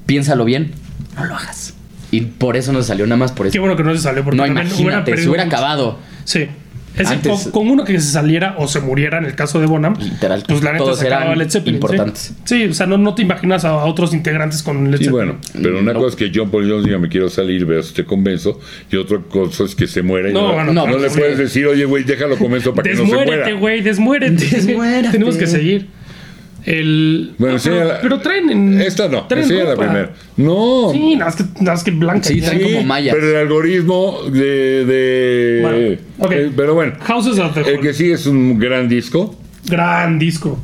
C: piénsalo bien, no lo hagas. Y por eso no se salió, nada más por
B: Qué
C: eso.
B: bueno que no se salió porque
C: No,
B: también hubiera
C: imagínate, se
B: perdido
C: hubiera
B: mucho.
C: acabado.
B: Sí. Ese
C: Antes-
B: con, con uno que se saliera o se muriera en el caso de Bonham,
C: Literal,
B: pues la neta
C: todos
B: se
C: eran
B: acababa Led Zeppelin. ¿sí?
C: importantes.
B: Sí, o sea, no, no te imaginas a, a otros integrantes con Led
A: Y
B: Zeppelin.
A: bueno, pero una
C: No.
A: cosa es que John Paul Jones diga me quiero salir, veo si te convenzo, y otra cosa es que se muera y
B: No,
A: no,
B: bueno,
A: no
B: claro,
A: le
B: sí.
A: puedes decir, oye güey, déjalo convenzo para que no se muera.
B: Desmuérete, güey, desmuérete.
C: Desmuérate.
B: Tenemos que seguir. El...
A: Bueno,
B: Ah, pero,
A: enséñala-
B: pero traen en...
A: Esta no,
B: traen
A: enséñala la
B: ropa.
A: primera. No,
B: Sí, nada más que, nada más que blanca.
C: Sí,
B: ya.
C: traen como mayas.
A: pero el algoritmo de... de-
B: Bueno, ok.
A: eh, pero bueno,
B: Houses of the
A: el
B: Holy.
A: que sigue es un gran disco,
B: Gran disco.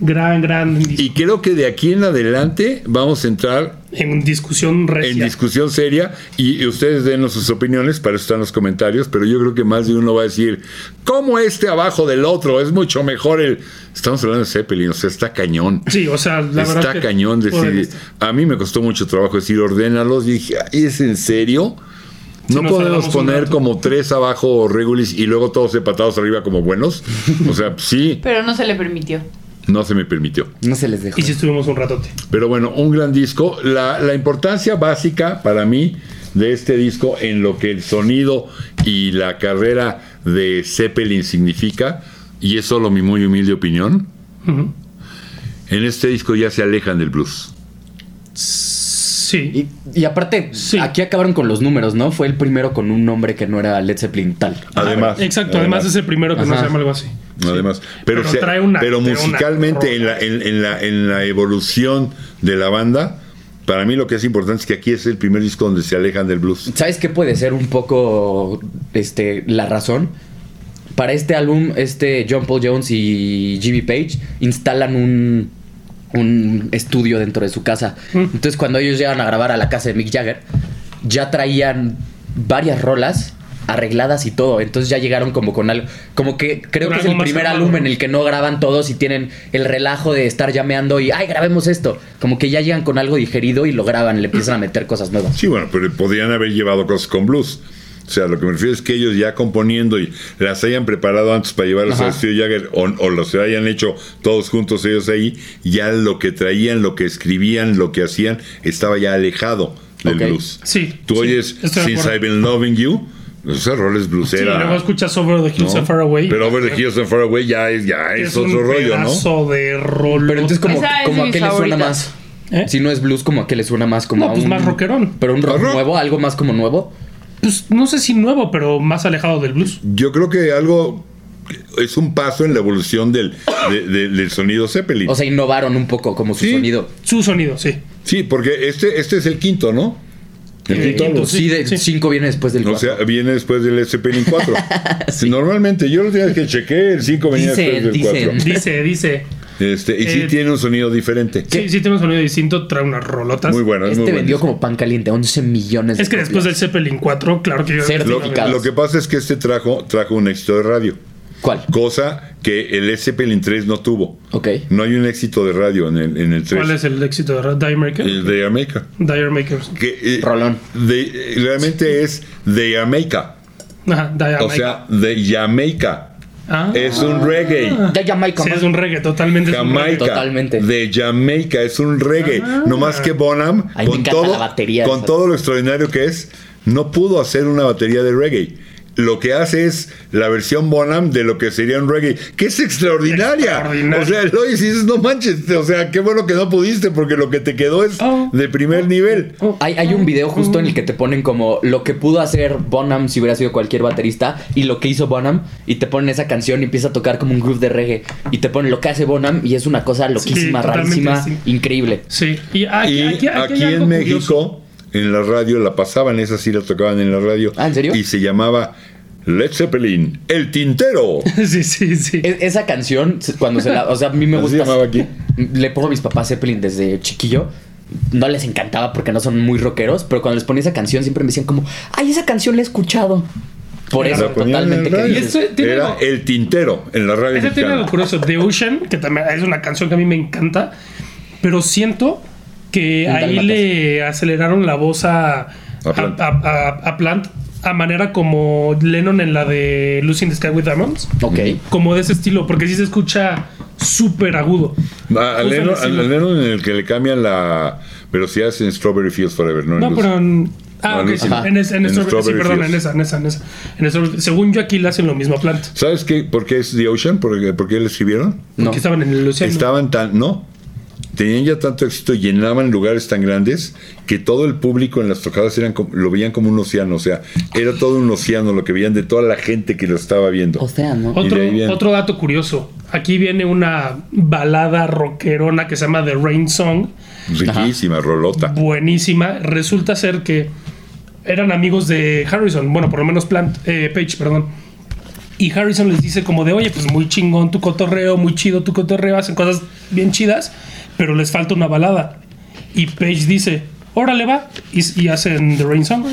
B: Gran, gran disco.
A: y creo que de aquí en adelante vamos a entrar
B: En discusión
A: en
B: recia.
A: discusión seria y, y ustedes denos sus opiniones, para eso están los comentarios, pero yo creo que más de uno va a decir, ¿cómo este abajo del otro? Es mucho mejor el... Estamos hablando de Zeppelin, o sea, está cañón.
B: sí, o sea, la verdad
A: está
B: que-
A: cañón
B: Pobre
A: decir...
B: Led Zeppelin.
A: A mí me costó mucho trabajo decir, ordénalos, y dije, "Ay, ¿es en serio?
B: Sí,
A: No
B: nos
A: podemos
B: tardamos un
A: poner
B: rato.
A: como tres abajo regulis y luego todos empatados arriba como buenos. O sea, sí,
D: Pero no se le permitió.
A: no se me permitió.
C: No se les dejó.
B: Y si estuvimos un ratote.
A: Pero bueno, un gran disco. La, la importancia básica para mí de este disco en lo que el sonido y la carrera de Zeppelin significa, y es solo mi muy humilde opinión,
B: Ujú.
A: en este disco ya se alejan del blues.
B: Sí.
C: Y, y aparte,
B: Sí.
C: aquí acabaron con los números, ¿no? Fue el primero con un nombre que no era Led Zeppelin tal.
A: Además.
B: Ah, Exacto, además es el primero que no
C: Ajá.
B: se llama algo así.
A: Además, pero,
B: Pero
A: se-
B: trae una-
A: pero
B: trae una
A: musicalmente en la, en, en la, en la evolución de la banda, para mí lo que es importante es que aquí es el primer disco donde se alejan del blues.
C: ¿Sabes qué puede ser un poco este, la razón? Para este álbum, este John Paul Jones y Jimmy Page instalan un, un estudio dentro de su casa.
B: Mm.
C: Entonces, cuando ellos llegan a grabar a la casa de Mick Jagger, ya traían varias rolas arregladas y todo. Entonces ya llegaron como con algo. Como que creo
B: Con
C: que es
B: algo
C: el
B: más
C: primer
B: armado,
C: álbum
B: ¿no?
C: en el que no graban todos y tienen el relajo de estar llameando y ay, grabemos esto. Como que ya llegan con algo digerido y lo graban, le empiezan a meter cosas nuevas.
A: Sí, bueno, pero podrían haber llevado cosas con blues. O sea, lo que me refiero es que ellos ya componiendo y las hayan preparado antes para llevarlas
C: Ajá.
A: a Steve Jagger o, o los hayan hecho todos juntos ellos ahí, ya lo que traían, lo que escribían, lo que hacían, estaba ya alejado del
C: Ok.
A: blues.
B: Sí.
A: Tú
B: sí,
A: ouyes
B: estoy de
A: Since
B: acuerdo.
A: I've Been Loving You, pues esos roles
B: Sí,
A: bluesera.
B: luego escuchas Over the Hills
A: ¿no?
B: and Far Away.
A: Pero Over the Hills and Far Away ya es, ya
B: que
A: es, otro
B: un
A: rollo, ¿no?
B: pedazo de rolo.
C: Pero entonces como,
D: Esa es
C: como
D: de
C: a qué
D: mis
C: le suena
D: favoritas.
C: más.
B: ¿Eh?
C: Si no es blues, como a qué le suena más como
B: No,
C: a
B: pues
C: un-
B: más rockerón.
C: Pero un rock
A: Ajá.
C: nuevo, algo más como nuevo.
B: Pues no sé si nuevo, pero más alejado del blues.
A: Yo creo que algo es un paso en la evolución del, de- de- del sonido Zeppelin.
C: O sea, innovaron un poco como su
A: Sí.
C: sonido.
B: Su sonido, sí.
A: sí, porque este, este es el quinto, ¿no? El
B: Eh,
A: quinto álbum.
B: Pues sí,
C: Sí, de
B: sí.
C: cinco viene después del
A: O
C: cuatro.
A: sea, viene después del Zeppelin 4. Normalmente, yo los días que chequé, el 5 venía
C: Dicen,
A: después del
C: dicen.
A: 4.
B: Dice, dice.
A: Este, y sí
B: Eh,
A: tiene un sonido diferente.
B: Sí, sí, tiene un sonido distinto, trae unas rolotas.
A: Muy bueno, es
C: este
A: muy
C: vendió
A: bueno.
C: como pan caliente, 11 millones
B: Es que después del Zeppelin 4, claro que yo.
C: Cero.
A: Lo,
C: Certificados.
A: lo que pasa es que este trajo, trajo un éxito de radio,
C: ¿Cuál?
A: cosa que el Zeppelin 3 no tuvo.
C: Ok.
A: No hay un éxito de radio en el, en el 3.
B: ¿Cuál es el éxito de Dire Maker?
A: El de Jamaica.
B: Dire Makers.
A: Que, eh,
C: Rolón.
A: de- eh, realmente es de Jamaica.
B: Ajá, Dire
A: O
B: Maker.
A: sea, eh, de Jamaica.
B: ah,
A: Es un reggae.
C: Ya Jamaica.
B: sí,
C: man.
B: es un reggae, totalmente. es un reggae.
A: Jamaica.
C: Totalmente.
A: De Jamaica. Es un reggae.
B: Ah.
A: No más que Bonham,
C: Ay, me
A: con,
C: encanta
A: todo,
C: la batería
A: con
C: esa.
A: todo lo extraordinario que es, no pudo hacer una batería de reggae. Lo que hace es la versión Bonham de lo que sería un reggae, que es extraordinaria.
B: Extraordinaria.
A: O sea, lo dices, no manches. O sea, qué bueno que no pudiste, porque lo que te quedó es
B: Oh.
A: de primer nivel.
C: Hay, hay un video justo en el que te ponen como lo que pudo hacer Bonham si hubiera sido cualquier baterista y lo que hizo Bonham y te ponen esa canción y empieza a tocar como un groove de reggae y te ponen lo que hace Bonham y es una cosa loquísima,
B: totalmente,
C: rarísima,
B: sí.
C: increíble.
B: Sí. Y aquí,
A: Y aquí,
B: aquí, aquí hay algo
A: en México,
B: curioso.
A: en la radio la pasaban, esa sí la tocaban en la radio.
C: Ah, ¿en serio?
A: Y se llamaba Led Zeppelin, El Tintero.
B: sí, sí, sí.
C: E- esa canción se- cuando se la, o sea, a mí me
A: Así
C: gusta.
A: se llamaba aquí.
C: Le pongo a mis papás Zeppelin desde chiquillo. No les encantaba porque no son muy rockeros, pero cuando les ponía esa canción siempre me decían como, "Ay, esa canción la he escuchado." Por
A: La
C: eso
A: ponían en
C: totalmente
A: la
C: que
A: radio.
C: dices,
B: Y eso tiene
A: Era
B: algo-
A: El Tintero en la radio.
B: Ese tiene
A: mexicana.
B: algo curioso. The Ocean, que también es una canción que a mí me encanta, pero siento que
C: Un
B: ahí
C: Dálmatas.
B: le aceleraron la voz a, a,
A: Plant.
B: a- a- a Plant a manera como Lennon en la de Lucy in the Sky with Diamonds.
C: Ok.
B: Como de ese estilo, porque sí se escucha súper agudo.
A: A- a
B: Justo
A: Lennon-
B: encima.
A: a Lennon en el que le cambian la velocidad es en Strawberry Fields Forever, ¿no? en
B: No,
A: Lucy.
B: pero en, ah,
A: No,
B: ok,
A: en
B: sí,
A: Lucy.
B: en, es- en
A: En
B: Strawberry- sí,
A: Strawberry
B: perdón, en
A: Fields.
B: esa, en esa, en esa. En Strawberry- según yo aquí le hacen lo mismo a Plant.
A: ¿Sabes qué? ¿Por qué es The Ocean? ¿Por qué, por qué le escribieron?
C: No.
B: Que estaban en el océano.
A: Estaban tan. No. Tenían ya tanto éxito, llenaban lugares tan grandes que todo el público en las tocadas eran como- lo veían como un océano. O sea, era todo un océano lo que veían de toda la gente que lo estaba viendo.
C: O sea, ¿no?
A: Y de ahí
B: Otro,
A: viene.
B: otro dato curioso. Aquí viene una balada rockerona que se llama The Rain Song.
A: Riquísima, rolota.
B: Buenísima. Resulta ser que eran amigos de Harrison. Bueno, por lo menos Plant, eh, Page, perdón. Y Harrison les dice como de, oye, pues muy chingón tu cotorreo, muy chido tu cotorreo, hacen cosas bien chidas, pero les falta una balada. Y Page dice, órale va, y, y hacen The Rain Song.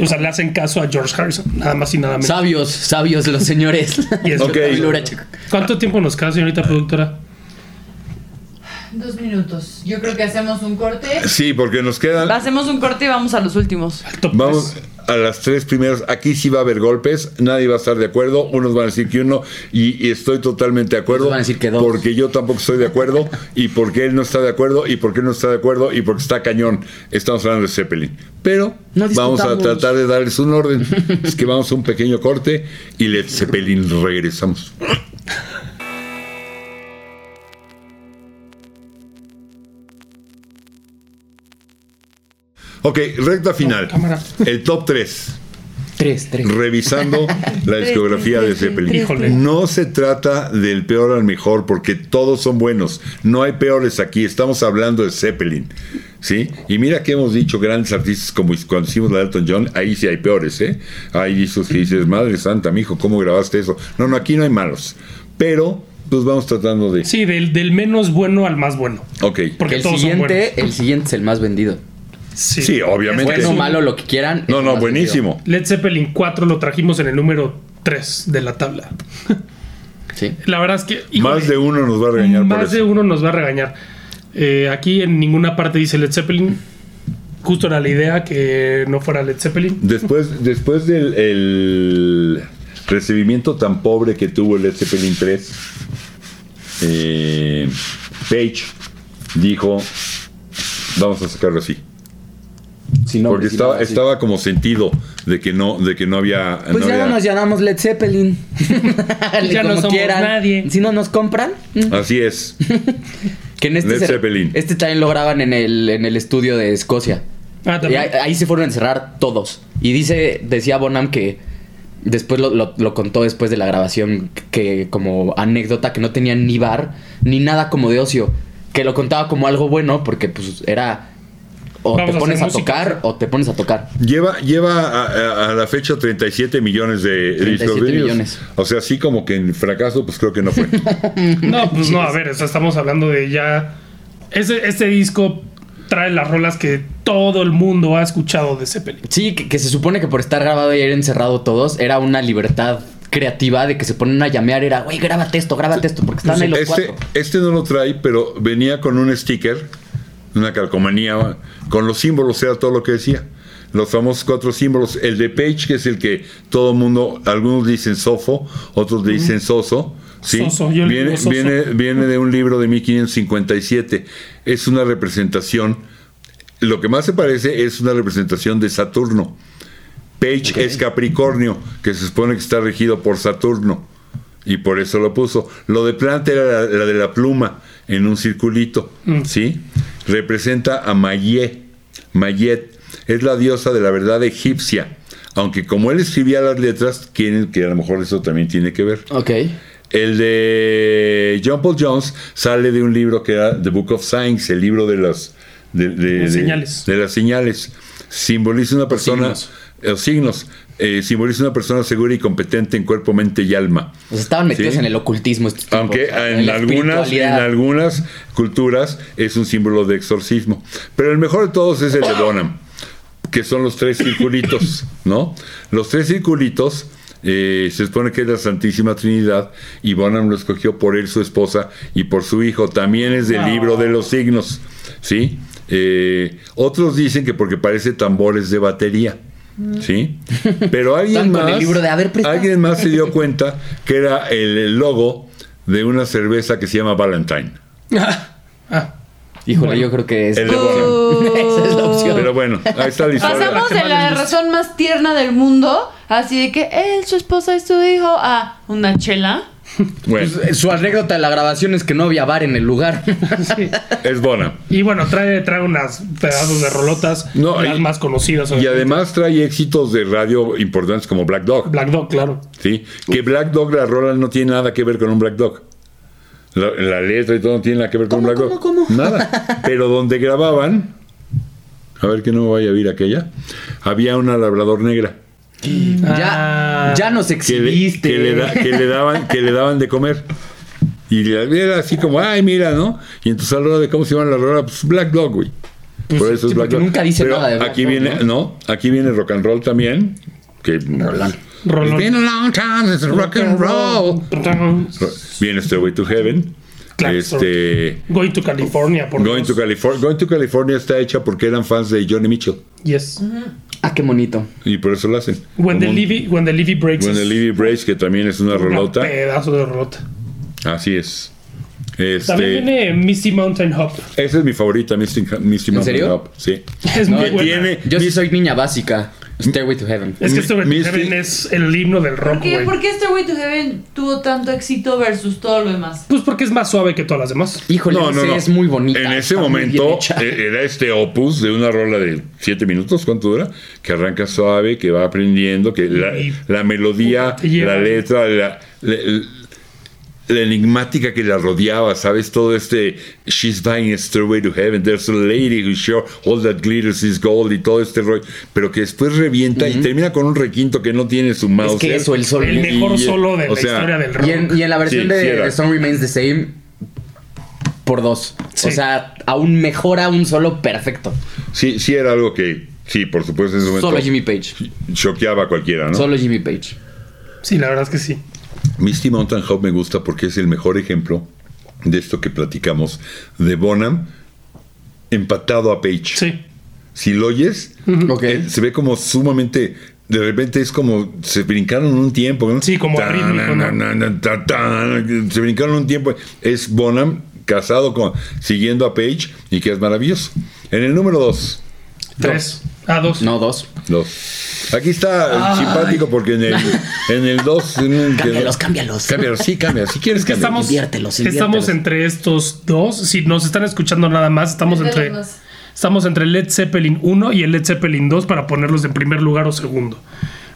B: O sea, le hacen caso a George Harrison, nada más y nada menos.
C: Sabios, sabios los señores.
B: Y eso.
A: Ok.
B: ¿Cuánto tiempo nos queda, señorita productora?
D: Dos minutos. Yo creo que hacemos un corte.
A: Sí, porque nos quedan.
D: Hacemos un corte y vamos a los últimos.
B: Al top
C: pues.
A: Vamos
B: tres.
A: a las tres primeras. Aquí sí va a haber golpes. Nadie va a estar de acuerdo. Unos van a decir que uno. Y, y estoy totalmente de acuerdo.
C: Otros van a decir que dos.
A: Porque yo tampoco estoy de acuerdo. y porque él no está de acuerdo. Y porque él no está de acuerdo. Y porque está cañón. Estamos hablando de Zeppelin. Pero
C: No
A: vamos a
C: discutamos.
A: tratar de darles un orden. es que vamos a un pequeño corte. Y Led Zeppelin regresamos. Ok, recta final.
B: cámara.
A: El top 3
C: Tres, tres.
A: revisando la discografía de Zeppelin.
B: Híjole.
A: No se trata del peor al mejor, porque todos son buenos. No hay peores aquí. Estamos hablando de Zeppelin. ¿Sí? Y mira que hemos dicho grandes artistas como cuando hicimos la de Elton John, ahí sí hay peores, ¿eh? Hay discos que dices, madre santa, mijo, ¿cómo grabaste eso? No, no, aquí no hay malos. Pero, pues vamos tratando de.
B: Sí, del, del menos bueno al más bueno.
A: Ok.
B: Porque
C: el
B: todos
C: siguiente,
B: son
C: el siguiente es el más vendido.
B: buenos. Sí,
A: obviamente.
B: Este es
C: Bueno,
B: un-
C: malo, lo que quieran. es
A: No,
C: el
A: no,
C: más
A: buenísimo.
B: Led Zeppelin 4 lo trajimos en el número 3 de la tabla.
C: vendido. Sí.
B: La verdad es que. híjole,
A: Más de uno nos va a regañar por
B: más de
A: eso.
B: uno nos va a regañar. Eh, aquí en ninguna parte dice Led Zeppelin. Justo era la idea que no fuera Led Zeppelin.
A: Después, después del el recibimiento tan pobre que tuvo el Led Zeppelin 3, eh, Page dijo, vamos a sacarlo así.
C: Sin nombre,
A: Porque
C: sin
A: estaba,
C: nada, pues sí.
A: estaba como sentido de que no, de que no había...
C: Pues
A: no
C: ya
A: había-
C: no nos llamamos Led Zeppelin.
B: Ya no
C: Como
B: somos nadie.
C: Si no nos compran.
A: Así es.
C: Que en este
A: Led
C: se-
A: Zeppelin.
C: Este también lo graban en el, en el estudio de Escocia.
B: Ah,
C: Y
B: también.
C: ahí, ahí se fueron a encerrar todos. Y dice, decía Bonham que después lo, lo- lo contó después de la grabación, que como anécdota que no tenían ni bar, ni nada como de ocio. Que lo contaba como algo bueno porque pues era o
B: Vamos
C: te
B: a
C: pones a,
B: hacer música.
C: tocar o te pones a tocar.
A: Lleva, lleva a, a- a la fecha 37 millones de
C: 37
A: discos vendidos.
C: millones.
A: O sea, así como que en fracaso, pues creo que no fue.
B: No, pues no, a ver, o sea, estamos hablando de ya. Ese, este disco trae las rolas que todo el mundo ha escuchado de Zeppelin.
C: Sí, que, que se supone que por estar grabado y haber encerrado todos era una libertad creativa de que se ponen a llamear era, güey, grábate esto, grábate esto, porque están ahí los
A: Este,
C: cuatro.
A: este no lo trae, pero venía con un sticker, una calcomanía, con los símbolos, era todo lo que decía. Los famosos cuatro símbolos. El de Page, que es el que todo mundo, algunos dicen sofo, otros le dicen soso. ¿sí?
B: Soso, yo le
A: viene,
B: digo soso.
A: viene, viene de un libro de 1557. Es una representación. Lo que más se parece es una representación de Saturno. Page es Capricornio, que se supone que está regido por Saturno. Y por eso lo puso. Lo de planta era la, la de la pluma en un circulito.
B: Mm.
A: ¿Sí? Representa a Mayet. Mayet es la diosa de la verdad egipcia. Aunque como él escribía las letras, quieren que a lo mejor eso también tiene que ver.
C: Ok.
A: El de John Paul Jones sale de un libro que era The Book of Signs, el libro de las de, de-
B: Las
A: de-
B: señales.
A: de las señales. Simboliza una persona,
C: signos.
A: los signos, eh, simboliza una persona segura y competente en cuerpo, mente y alma.
C: O sea, estaban metidos
A: Sí.
C: en el ocultismo. estos tipos,
A: Aunque
C: este o sea,
A: en,
C: la
A: algunas, en
C: espiritualidad.
A: algunas culturas es un símbolo de exorcismo. Pero el mejor de todos es el de Bonham, que son los tres circulitos, ¿no? Los tres circulitos eh, se supone que es la Santísima Trinidad y Bonham lo escogió por él, su esposa y por su hijo. También es del libro de los signos, ¿sí? Eh, otros dicen que porque parece tambores de batería. ¿Sí? Pero alguien
C: Están con
A: más,
C: el libro de, "A ver, presta".
A: alguien más se dio cuenta que era el, el logo de una cerveza que se llama Valentine.
B: Ah,
C: Híjole,
B: Bueno.
C: yo creo que es.
A: El de Bonham.
C: Esa es la opción.
A: Pero bueno, ahí está la historia.
D: Pasamos
B: la que
D: de
B: más
D: la
B: les gusta.
D: razón más tierna del mundo, así de que él, su esposa y su hijo, a una chela.
A: Bueno,
C: Pues, eh, su anécdota de la grabación es que no había bar en el lugar.
B: sí.
A: es Bonham.
B: Y bueno, trae, trae unas pedazos de rolotas,
A: No,
B: las
A: y-
B: más conocidas.
A: Y
B: obviamente.
A: además trae éxitos de radio importantes como Black Dog.
B: Black Dog, claro.
A: ¿sí? Que Black Dog, la rola no tiene nada que ver con un Black Dog. La, la letra y todo no tiene nada que ver con un
C: ¿Cómo,
A: Black Dog.
C: cómo, cómo?
A: Nada. Pero donde grababan, a ver que no me vaya a ir aquella, había una labrador negra.
C: ya,
B: Ah.
C: ya nos
A: que le,
C: exhibiste.
A: que le da- que le daban que le daban de comer y le- era así como ay mira no y entonces a la hora de cómo se llama la rola pues Black Dog güey por eso
C: Pues, sí,
A: es Black
C: porque
A: Dog
C: nunca dice
A: Pero
C: nada de Black
A: aquí
C: Dog,
A: viene
C: ¿no?
A: ¿no? aquí viene rock and roll también que
C: Rolón.
A: It's been a long time since rock and roll
B: Roll.
A: viene este way to heaven
B: Claro,
A: este
B: Going to California, por
A: Going to,
B: Dios.
A: California, Going to California está hecha porque eran fans de Johnny Mitchell
B: Yes.
C: Ah, qué bonito.
A: y por eso lo hacen.
B: When the
A: Como un-
B: Levy, when the Levy breaks.
A: When the
B: es
A: Levy Breaks, que también es una
B: una
A: rolota.
B: Pedazo de rolota.
A: Así es. Este,
B: También viene Misty Mountain Hop.
A: Esa es mi favorita, Misty Misty
C: ¿En
A: Mountain
C: serio?
A: Hop, Sí.
B: Es muy
A: que
B: buena.
A: tiene.
C: Yo sí
A: Miss-
C: soy niña básica. Stairway to Heaven.
B: Es que este
A: Mi-
B: Heaven
A: Misty-
B: es el himno del rock,
D: ¿Por qué,
B: güey.
D: ¿Por qué este Way to Heaven tuvo tanto éxito versus todo lo demás?
B: Pues porque es más suave que todas las demás.
C: Híjole, no, sé, es muy bonita.
A: En ese
C: está muy bien
A: momento
C: hecha.
A: e- era este opus de una rola de 7 minutos, ¿cuánto dura? Que arranca suave, que va aprendiendo, que la,
B: Y-
A: la melodía,
B: te lleva.
A: la letra, la, la- la enigmática que la rodeaba, ¿sabes? Todo este She's buying a stairway to heaven, there's a lady who sure all that glitters is gold y todo este rollo, pero que después revienta y termina con un requinto que no tiene su mouse. ¿eh?
C: es que eso, el sol.
B: El mejor
A: y-
B: solo de
A: o
B: la
A: sea,
B: historia del rock.
C: Y en, y en la versión
A: Sí,
C: de,
A: sí era.
C: de Song Remains the Same, por dos. O
B: Sí.
C: sea, aún mejora un solo perfecto.
A: Sí, sí era algo que, sí, por supuesto, en ese momento
C: Solo Jimmy Page.
A: choqueaba a cualquiera, ¿no?
C: Solo Jimmy Page.
B: Sí, la verdad es que sí.
A: Misty Mountain Hop me gusta porque es el mejor ejemplo de esto que platicamos de Bonham empatado a Page.
B: Sí.
A: si lo oyes,
C: Ok.
A: eh, se ve como sumamente. De repente es como se brincaron un tiempo. ¿no?
B: Sí, como
A: Tan,
B: rítmico, ¿no?
A: na, na, ta, tan, se brincaron un tiempo. Es Bonham casado con siguiendo a Page y que es maravilloso. En el número 2.
B: Tres. Ah, dos.
C: No, dos.
A: Dos. Aquí está simpático porque en el en el 2
C: Cámbialos, cámbialos.
A: Cámbialos, sí, cambia. Si quieres
B: Que
A: cámbialos.
B: estamos,
C: Inviértelos, inviértelos.
B: estamos entre estos dos. Si nos están escuchando nada más, estamos
D: Entre
B: entre,
D: los dos.
B: estamos entre Led Zeppelin 1 y el Led Zeppelin 2 para ponerlos en primer lugar o segundo.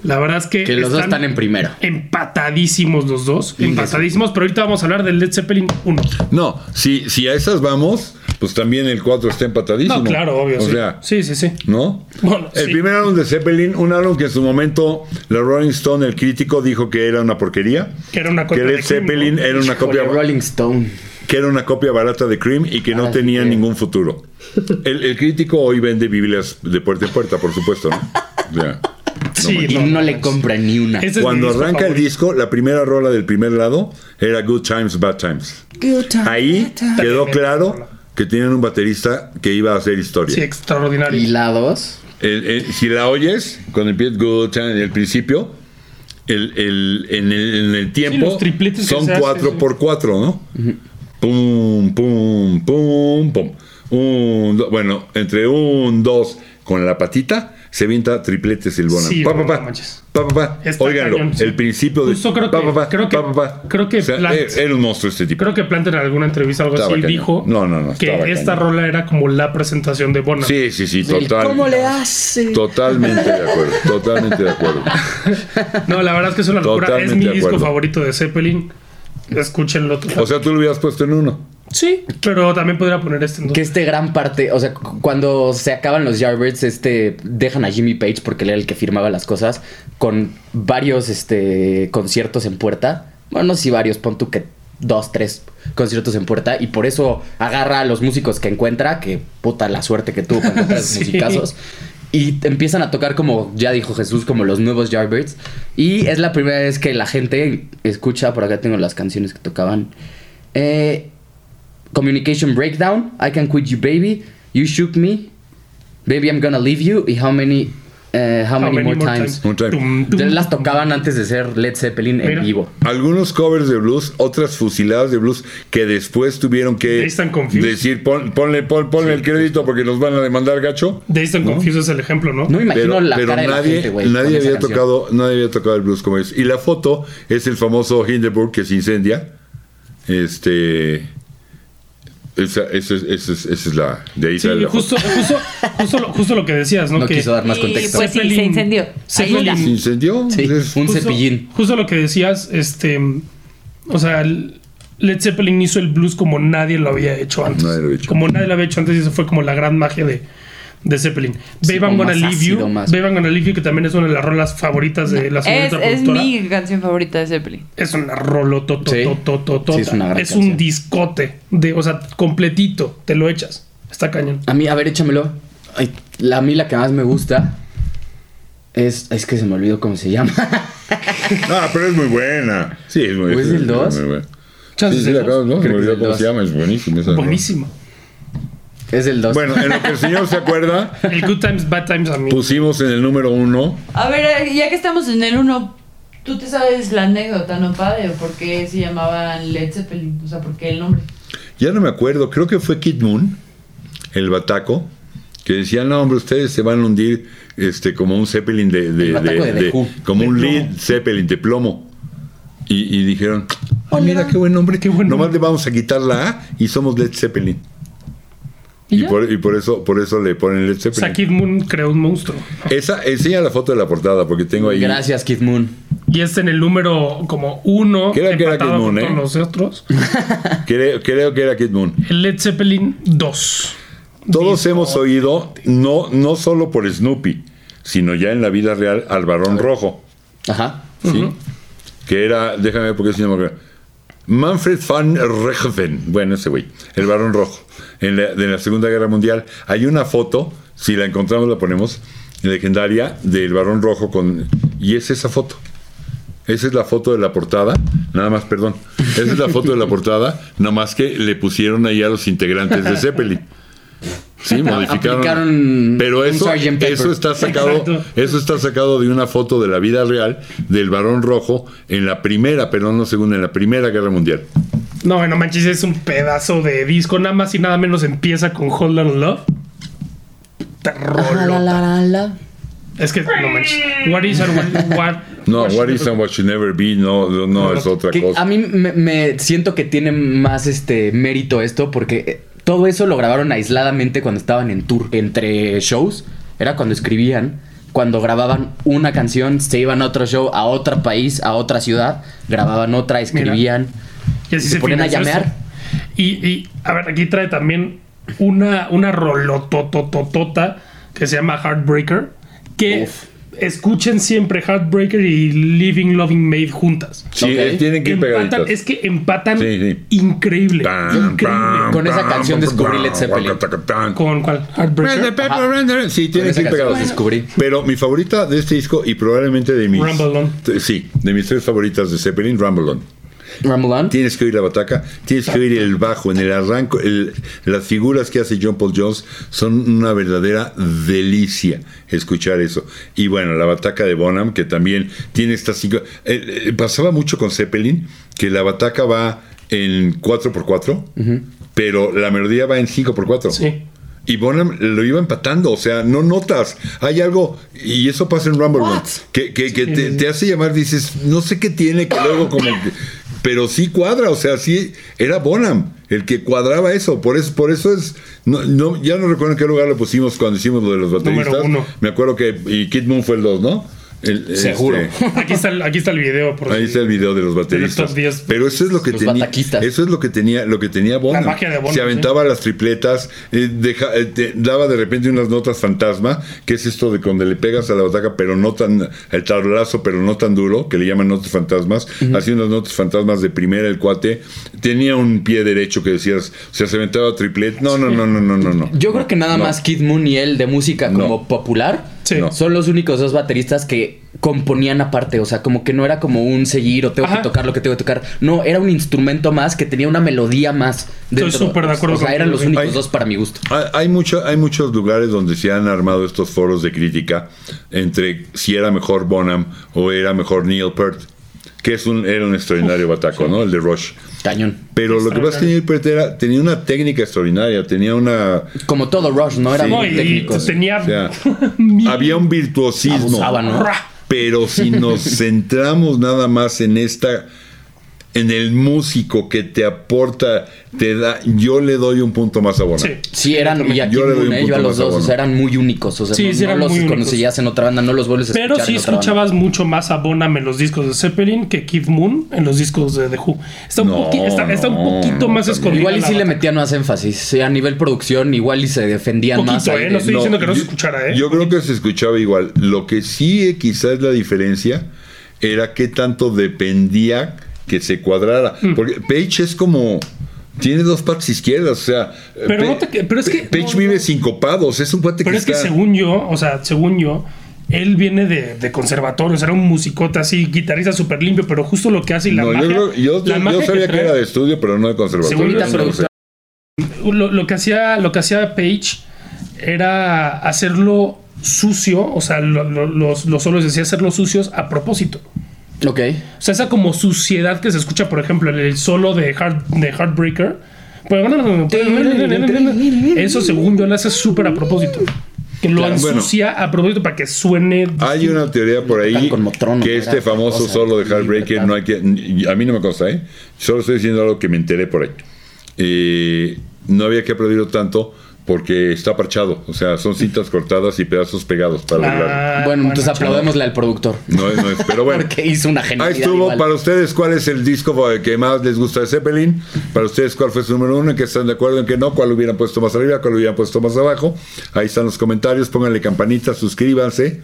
B: La verdad es que.
C: Que los dos están en primero.
B: Empatadísimos los dos. Empatadísimos, pero ahorita vamos a hablar del Led Zeppelin 1.
A: No, si, si a esas vamos, pues también el 4 está empatadísimo.
B: No, claro, obvio.
A: O
B: sí.
A: sea,
B: sí, sí, sí.
A: ¿no?
B: Bueno,
A: el
B: sí.
A: primer álbum de Zeppelin, un álbum que en su momento la Rolling Stone, el crítico, dijo que era una porquería.
B: Que era una
A: Que
B: copia
A: Led
B: de Cream,
A: Zeppelin
B: ¿no?
A: era una
C: Híjole,
A: copia
C: Rolling Stone.
A: que era una copia barata de Cream y que no
C: Ah,
A: tenía
C: sí.
A: ningún futuro. El, el crítico hoy vende Biblias de puerta en puerta, por supuesto, ¿no? O sea,
B: Sí,
C: Y no, le
B: manches.
C: compra ni una.
B: Ese es mi
A: Cuando
B: disco
A: arranca el
B: favorito.
A: disco, la primera rola del primer lado era Good Times, Bad Times. Ahí quedó claro que tenían un baterista que iba a hacer historia.
B: Sí, extraordinario.
C: Y la dos.
A: El- el- si la oyes, cuando empieza Good Time en el principio, el, el- en, el, en el
B: Sí,
A: tiempo
B: los tripletes que
A: son
B: se hace,
A: 4
B: sí.
A: por 4 ¿no? Pum, pum, pum, pum. Un, do- bueno, entre un, dos, con la patita, se avienta tripletes el bono.
B: Sí,
A: pa,
B: no
A: pa, pa,
B: manches.
A: pa, pa, pa.
B: Está
A: Óiganlo,
B: cañón, sí.
A: el principio de.
B: Justo creo
A: pa,
B: que-
A: pa, pa,
B: creo que-
A: pa, pa, pa.
B: creo que
A: O sea,
B: Plant-
A: era, era un monstruo este tipo.
B: Creo que Plant en alguna entrevista algo
A: Estaba
B: así
A: cañón.
B: dijo
A: No, no, no,
B: que
A: estaba
B: esta
A: cañón.
B: rola era como la presentación de Bonham.
A: Sí, sí, sí,
C: El
A: total.
C: ¿Cómo le hace?
A: Totalmente de acuerdo, totalmente de acuerdo.
B: No, la verdad es que es una locura.
A: Totalmente
B: es mi
A: de
B: disco
A: acuerdo.
B: favorito de Zeppelin. Escúchenlo.
A: O sea, tú lo hubieras puesto en uno.
B: sí, pero también podría poner este en dos.
C: Que este gran parte, o sea, cu- cuando se acaban los Yardbirds, este, dejan a Jimmy Page, porque él era el que firmaba las cosas, con varios, este, conciertos en puerta. Bueno, no sé si varios, pon tú que dos, tres conciertos en puerta. Y por eso agarra a los músicos que encuentra, que puta la suerte que tuvo cuando encuentras
B: Sí.
C: musicazos. Y te empiezan a tocar, como ya dijo Jesús, como los nuevos Yardbirds. Y es la primera vez que la gente escucha, por acá tengo las canciones que tocaban. Eh... Communication Breakdown, I Can Quit You Baby, You Shook Me, Baby I'm Gonna Leave You y How Many, eh, how many, More, Times.
A: More Times.
B: Tum, tum.
C: Ya Las tocaban antes de ser Led Zeppelin
B: Mira.
C: en vivo.
A: Algunos covers de blues, otras fusiladas de blues que después tuvieron que
B: Days and Confused.
A: decir, pon- ponle, pon- ponle el crédito porque nos van a demandar gacho.
B: Dazed and Confused es el ejemplo, ¿no?
C: No me imagino
A: Pero,
C: la
A: pero
C: cara de la
A: nadie,
C: gente, güey. con
A: nadie
C: esa
A: había
C: canción.
A: tocado, nadie había tocado el blues como es. Y la foto es el famoso Hindenburg que se incendia. Este, esa, esa es- esa es- esa es la de ahí
B: Sí,
A: sale la foto.
B: justo, justo, justo, lo, justo lo que decías, ¿no?
C: No
B: que
C: quiso dar más
D: Y,
C: contexto.
D: pues, sí, se incendió. Ahí
B: Zeppelin-
D: está.
A: ¿Se incendió?
C: Sí,
A: Es-
C: un
B: Justo-
C: cepillín.
B: Justo lo que decías, este. O sea, el- Led Zeppelin hizo el blues como nadie lo había hecho antes.
A: Nadie lo había hecho.
B: Como nadie lo había hecho antes, y eso fue como la gran magia de, de Zeppelin.
C: Sí,
B: Babe I'm
C: como
B: Gonna
C: más
B: Leave You.
C: ácido, más-
B: Babe I'm Gonna Leave You, que también es una de las rolas favoritas de la
D: Es,
B: señorita
D: es
B: productora.
D: mi canción favorita de Zeppelin.
B: Es una rolotototototota.
C: Sí. Sí, es una gran
B: es un
C: canción.
B: discote. De, o sea, completito. Te lo echas. Está cañón.
C: A mí, a ver, échamelo. Ay, la, a mí la que más me gusta es... Es que se me olvidó cómo se llama.
A: Ah, pero es muy buena. Sí, es muy,
C: ¿O es del dos?
A: muy buena.
B: Chances
A: Sí, sí,
B: de
A: la
B: dos.
A: acabas, ¿no? Se
C: Creo
A: me
C: que es
A: olvidó
C: del
A: cómo
C: dos.
A: se llama, es buenísimo. esa, ¿no?
B: Buenísimo.
C: es el 2.
A: Bueno, en lo que el señor se acuerda,
B: El Good Times, Bad Times a mí.
A: pusimos en el número uno.
D: A ver, eh, ya que estamos en el 1, ¿tú te sabes la anécdota, no padre? ¿Por qué se llamaban Led Zeppelin? O sea, ¿por qué el nombre?
A: Ya no me acuerdo, creo que fue Kid Moon, el bataco, que decía, no, hombre, ustedes se van a hundir este, como un Zeppelin de... de-
C: El bataco
A: de-
C: de The
A: de-
C: Who.
A: como
B: De
A: un
B: plomo.
A: lead Zeppelin de plomo. Y, y dijeron, "Ay, mira qué buen nombre,
B: Qué buen
A: Nomás
B: nombre.
A: le vamos a quitar la A y somos Led Zeppelin.
B: Y
A: Y,
B: ya.
A: por, y por eso por eso le ponen Led
B: O sea,
A: Zeppelin.
B: Kid Moon creó un monstruo.
A: Esa, enseña la foto de la portada porque tengo ahí...
C: Gracias, Kid Moon.
B: Y este en el número como uno,
A: Creo que era
B: empatado
A: Kid Moon,
B: junto
A: ¿eh?
B: a nosotros.
A: Creo, creo que era Kid Moon.
B: El Led Zeppelin 2.
A: Todos
B: Disco.
A: hemos oído, no, no solo por Snoopy, sino ya en la vida real, al varón rojo,
C: Ajá.
A: ¿sí? que era, déjame ver porque si no me acuerdo, Manfred van Rechthofen, bueno, ese güey, el varón rojo, en la, de la Segunda Guerra Mundial. Hay una foto, si la encontramos la ponemos, legendaria, del varón rojo, con y es esa foto. Esa es la foto de la portada, nada más, perdón. Esa es la foto de la portada, nada más que le pusieron ahí a los integrantes de Zeppelin. Sí, modificaron.
C: Aplicaron
A: Pero
C: un
A: eso,
C: Sgt. Pepper.
A: eso está sacado,
B: Exacto.
A: eso está sacado de una foto de la vida real del varón rojo en la primera, pero no segunda, en la primera guerra mundial.
B: No, bueno, manches, es un pedazo de disco. Nada más y nada menos empieza con Hold on Love. Te
C: Ah, la,
B: rolo.
C: la, la, la.
B: Es que no manches. What is or what, what-
A: No, What is and What Should Never Be, no, no, no, es otra
C: Que
A: cosa.
C: a mí me, me siento que tiene más este mérito esto porque eh, todo eso lo grabaron aisladamente cuando estaban en tour, entre shows. Era cuando escribían, cuando grababan una canción, se iban a otro show, a otro país, a otra ciudad, grababan otra, escribían.
B: Y así
C: se ponen a
B: financió
C: llamear.
B: esto. Y, y, a ver, aquí trae también una, una rolotototota que se llama Heartbreaker. Que
C: Uf.
B: escuchen siempre Heartbreaker y Living Loving Made juntas.
A: Sí,
C: Ok. este
A: eh, tienen que ir
B: Empatan,
A: pegaditas.
B: es que empatan
A: Sí, sí.
B: increíble.
A: Pam,
B: increíble.
A: pam,
C: Con esa
A: pam,
C: canción
A: pam,
C: descubrí
A: pam,
C: Led Zeppelin.
A: guacatacatán.
B: ¿Con cuál? Heartbreaker.
C: Ajá.
A: Sí, tiene que
C: esa
A: ir
C: canción
A: pegado.
C: los descubrí.
A: Pero mi favorita de este disco y probablemente de mis.
B: Rumble On.
A: t- Sí, de mis tres favoritas de Zeppelin, Rumble On.
C: Rumble On.
A: Tienes que oír la bataca, tienes que oír el bajo, en el arranco, el- las figuras que hace John Paul Jones son una verdadera delicia escuchar eso. Y bueno, la bataca de Bonham, que también tiene estas cinco... eh, eh, pasaba mucho con Zeppelin, que la bataca va en 4x4, pero la melodía va en 5x4.
B: Sí.
A: Y Bonham lo iba empatando, o sea, no notas. Hay algo, y eso pasa en Rumble Run, que, que- que te, te hace llamar, dices, no sé qué tiene, que luego como. que- pero sí cuadra, o sea, sí era Bonham el que cuadraba eso. Por eso, por eso es. No, no, ya no recuerdo en qué lugar lo pusimos cuando hicimos lo de los bateristas.
B: uno.
A: Me acuerdo que. Y Kid Moon fue el 2, ¿no? El-
C: Seguro.
A: este,
B: Aquí está, el, aquí está el video. Por
A: Ahí
B: si-
A: está el video de los
B: De
A: bateristas.
B: los top 10.
A: Pero eso es lo que
C: Los
A: tenía.
C: bataquistas.
A: Eso es lo que tenía, lo que tenía Bono.
B: La magia de Bono,
A: Se aventaba las tripletas, eh, deja- eh, te- daba de repente unas notas fantasma, que es esto de cuando le pegas a la bataca, pero no tan el tablazo, pero no tan duro, que le llaman notas fantasmas. Hacía unas notas fantasmas de primera el cuate. Tenía un pie derecho que decías, o sea, se aventaba triplet. No, no, no, no, no, no, no.
C: Yo creo que nada
A: No.
C: más Kid Moon y él de música
A: No.
C: como popular
B: Sí. No.
C: son los únicos dos bateristas que componían aparte, o sea, como que no era como un seguir o tengo
B: Ajá.
C: que tocar lo que tengo que tocar, no, era un instrumento más que tenía una melodía más. dentro.
B: súper de acuerdo
C: O sea,
B: contigo,
C: eran los
B: güey.
C: únicos
A: Ay.
C: dos para mi gusto.
A: Hay, hay mucho- hay muchos lugares donde se han armado estos foros de crítica entre si era mejor Bonham o era mejor Neil Peart, que es un, era un extraordinario bataco, ¿no? El de Rush.
C: Cañón.
A: Pero lo que pasa es que Neil Peart era- tenía una técnica extraordinaria, tenía una...
C: Como todo Rush, no eran
A: Sí.
B: No,
C: muy
B: y
C: técnicos.
B: tenía.
A: o sea,
B: mil-
A: había un virtuosismo.
C: Abusaba, ¿no?
A: Pero si nos centramos nada más en esta, en el músico que te aporta, te da, yo le doy un punto más a Bonham.
B: Sí.
C: Sí, eran, y a
A: Yo
C: Kid
A: le doy
C: Moon,
A: un
C: eh, yo a
A: punto más
C: los
A: a
C: dos, o
A: Bono.
C: sea, eran muy únicos, o sea,
B: Sí,
C: no,
B: sí,
C: no
B: eran
C: los
B: muy únicos.
C: conocías en otra banda, no los vuelves a
B: Pero
C: escuchar
B: sí
C: en otra banda.
B: escuchabas mucho más a Bonham en los discos de Zeppelin que Kid Moon en los discos de The Who. Está un,
A: No,
B: poqui- está, está
A: no,
B: un poquito más
A: no,
B: escondido.
C: Igual y sí le metían más énfasis, sí, a nivel producción, igual y se defendían
B: Poquito,
C: más. ahí
B: eh,
C: de-
B: no sé. Estoy diciendo que no se
A: yo-
B: escuchara, ¿eh?
A: Yo creo que se escuchaba igual. Lo que sí eh, quizás la diferencia era qué tanto dependía que se cuadrara.
B: Mm.
A: Porque Page es como... Tiene dos patas izquierdas, o sea... eh,
B: Pero
A: Pe-
B: no te que- pero es que-
A: Page
B: no,
A: vive
B: no.
A: sincopado, o sea, es un cuate
B: Pero
A: que
B: es que
A: está-
B: según yo, o sea, según yo, él viene de, de conservatorios, era un musicota así, guitarrista súper limpio, pero justo lo que hace y la
A: No, yo,
B: magia.
A: creo- yo-
B: la
A: yo
B: magia
A: sabía que,
B: trae-
A: era de estudio, pero no de conservatorio.
B: Según
A: no
B: la
A: sé.
C: productora.
B: lo, lo que hacía lo que hacía Page era hacerlo sucio, o sea, lo- lo- los, los solos decía hacerlo sucios a propósito.
C: Ok.
B: O sea, esa como suciedad que se escucha, por ejemplo, en el solo de, Heart, de Heartbreaker. Pues, Eso según yo lo hace súper a propósito. Que lo
A: Claro, bueno. Ah,
B: ensucia a propósito para que suene.
A: Hay una teoría por ahí
C: con Motrón,
A: que
C: era
A: este famoso
C: cosa,
A: solo de Heartbreaker
C: libertad.
A: no hay que. A mí no me consta, ¿eh? Solo estoy diciendo algo que me enteré por ahí. Eh, no había que aplaudirlo tanto porque está parchado. O sea, son cintas cortadas y pedazos pegados para arreglarlo.
B: Ah,
C: bueno, entonces
B: chaval.
C: aplaudémosle al productor.
A: No es, no es. Pero bueno.
C: Porque hizo una genialidad.
A: Ahí estuvo.
C: igual.
A: Para ustedes, ¿cuál es el disco que más les gusta de Zeppelin? Para ustedes, ¿cuál fue su número uno? ¿En qué están de acuerdo? ¿En qué no? ¿Cuál hubieran puesto más arriba? ¿Cuál hubieran puesto más abajo? Ahí están los comentarios. Pónganle campanita, suscríbanse.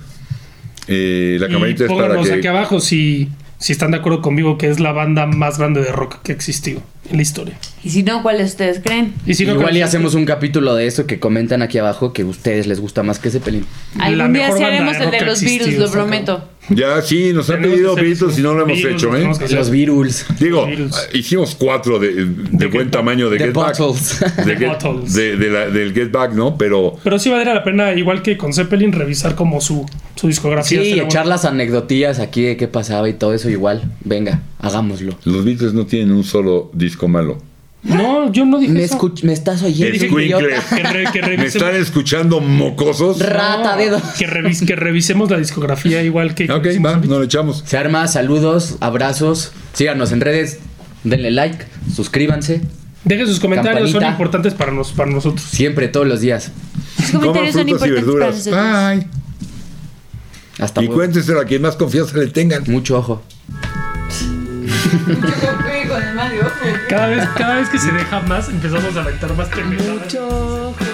A: Eh, la campanita
B: Y
A: es para
B: Mm, pónganos
A: que...
B: aquí abajo si, si están de acuerdo conmigo que es la banda más grande de rock que existió en la historia.
D: Y si no, ¿cuáles ustedes creen?
B: Y si no,
C: Igual y
B: creo-
C: hacemos un capítulo de eso que comentan aquí abajo que a ustedes les gusta más que ese pelín.
B: La
D: Algún día
B: mejor
D: sí
B: banda
D: haremos
B: de
D: el de
B: rock
D: los
B: que ha
D: virus,
B: existido,
D: lo
B: está
D: prometo.
A: Ya, sí, nos han
B: Tenemos
A: pedido
B: que hacer
A: Beatles y no lo hemos
B: Beatles,
A: hecho, ¿eh?
B: tenemos que hacer.
C: Los Beatles.
A: Digo,
B: Beatles.
A: ah, hicimos cuatro de, de buen
B: Get
A: tamaño de
C: The
A: Get Back.
C: Bottles.
A: De
B: The
A: Get-
B: Bottles.
A: de- de la- del Get Back, ¿no? Pero
B: Pero sí valdría la pena, igual que con Zeppelin, revisar como su, su
C: Sí,
B: discografía. Será
C: echar
B: bueno.
C: las anecdotillas aquí de qué pasaba y todo eso igual. Venga, hagámoslo.
A: los Beatles no tienen un solo disco malo.
B: No, yo no dije
C: Me,
B: eso.
C: escuch- me estás oyendo,
A: Escuincles.
C: idiota.
B: Que, re- que
A: ¿Me
B: revisemos,
A: están escuchando mocosos?
C: Rata, dedo.
B: que, revis- que revisemos la discografía igual que...
A: Ok, va, no lo echamos.
C: Se arma, saludos, abrazos. Síganos en redes, denle like, suscríbanse.
B: Dejen sus comentarios, son
C: Campanita.
B: importantes para, nos, para nosotros.
C: Siempre, todos los días.
E: Sus
A: Coman
E: comentarios son
A: frutas y
E: importantes para
A: verduras.
E: nosotros.
A: Bye.
C: Hasta
A: Y
C: luego.
A: cuéntenselo a quien más confianza le tengan.
C: Mucho ojo.
D: Mucho café con el Mario.
B: Cada vez, cada vez que se deja más, empezamos a aventar más pendejadas.
E: Mucho ojo.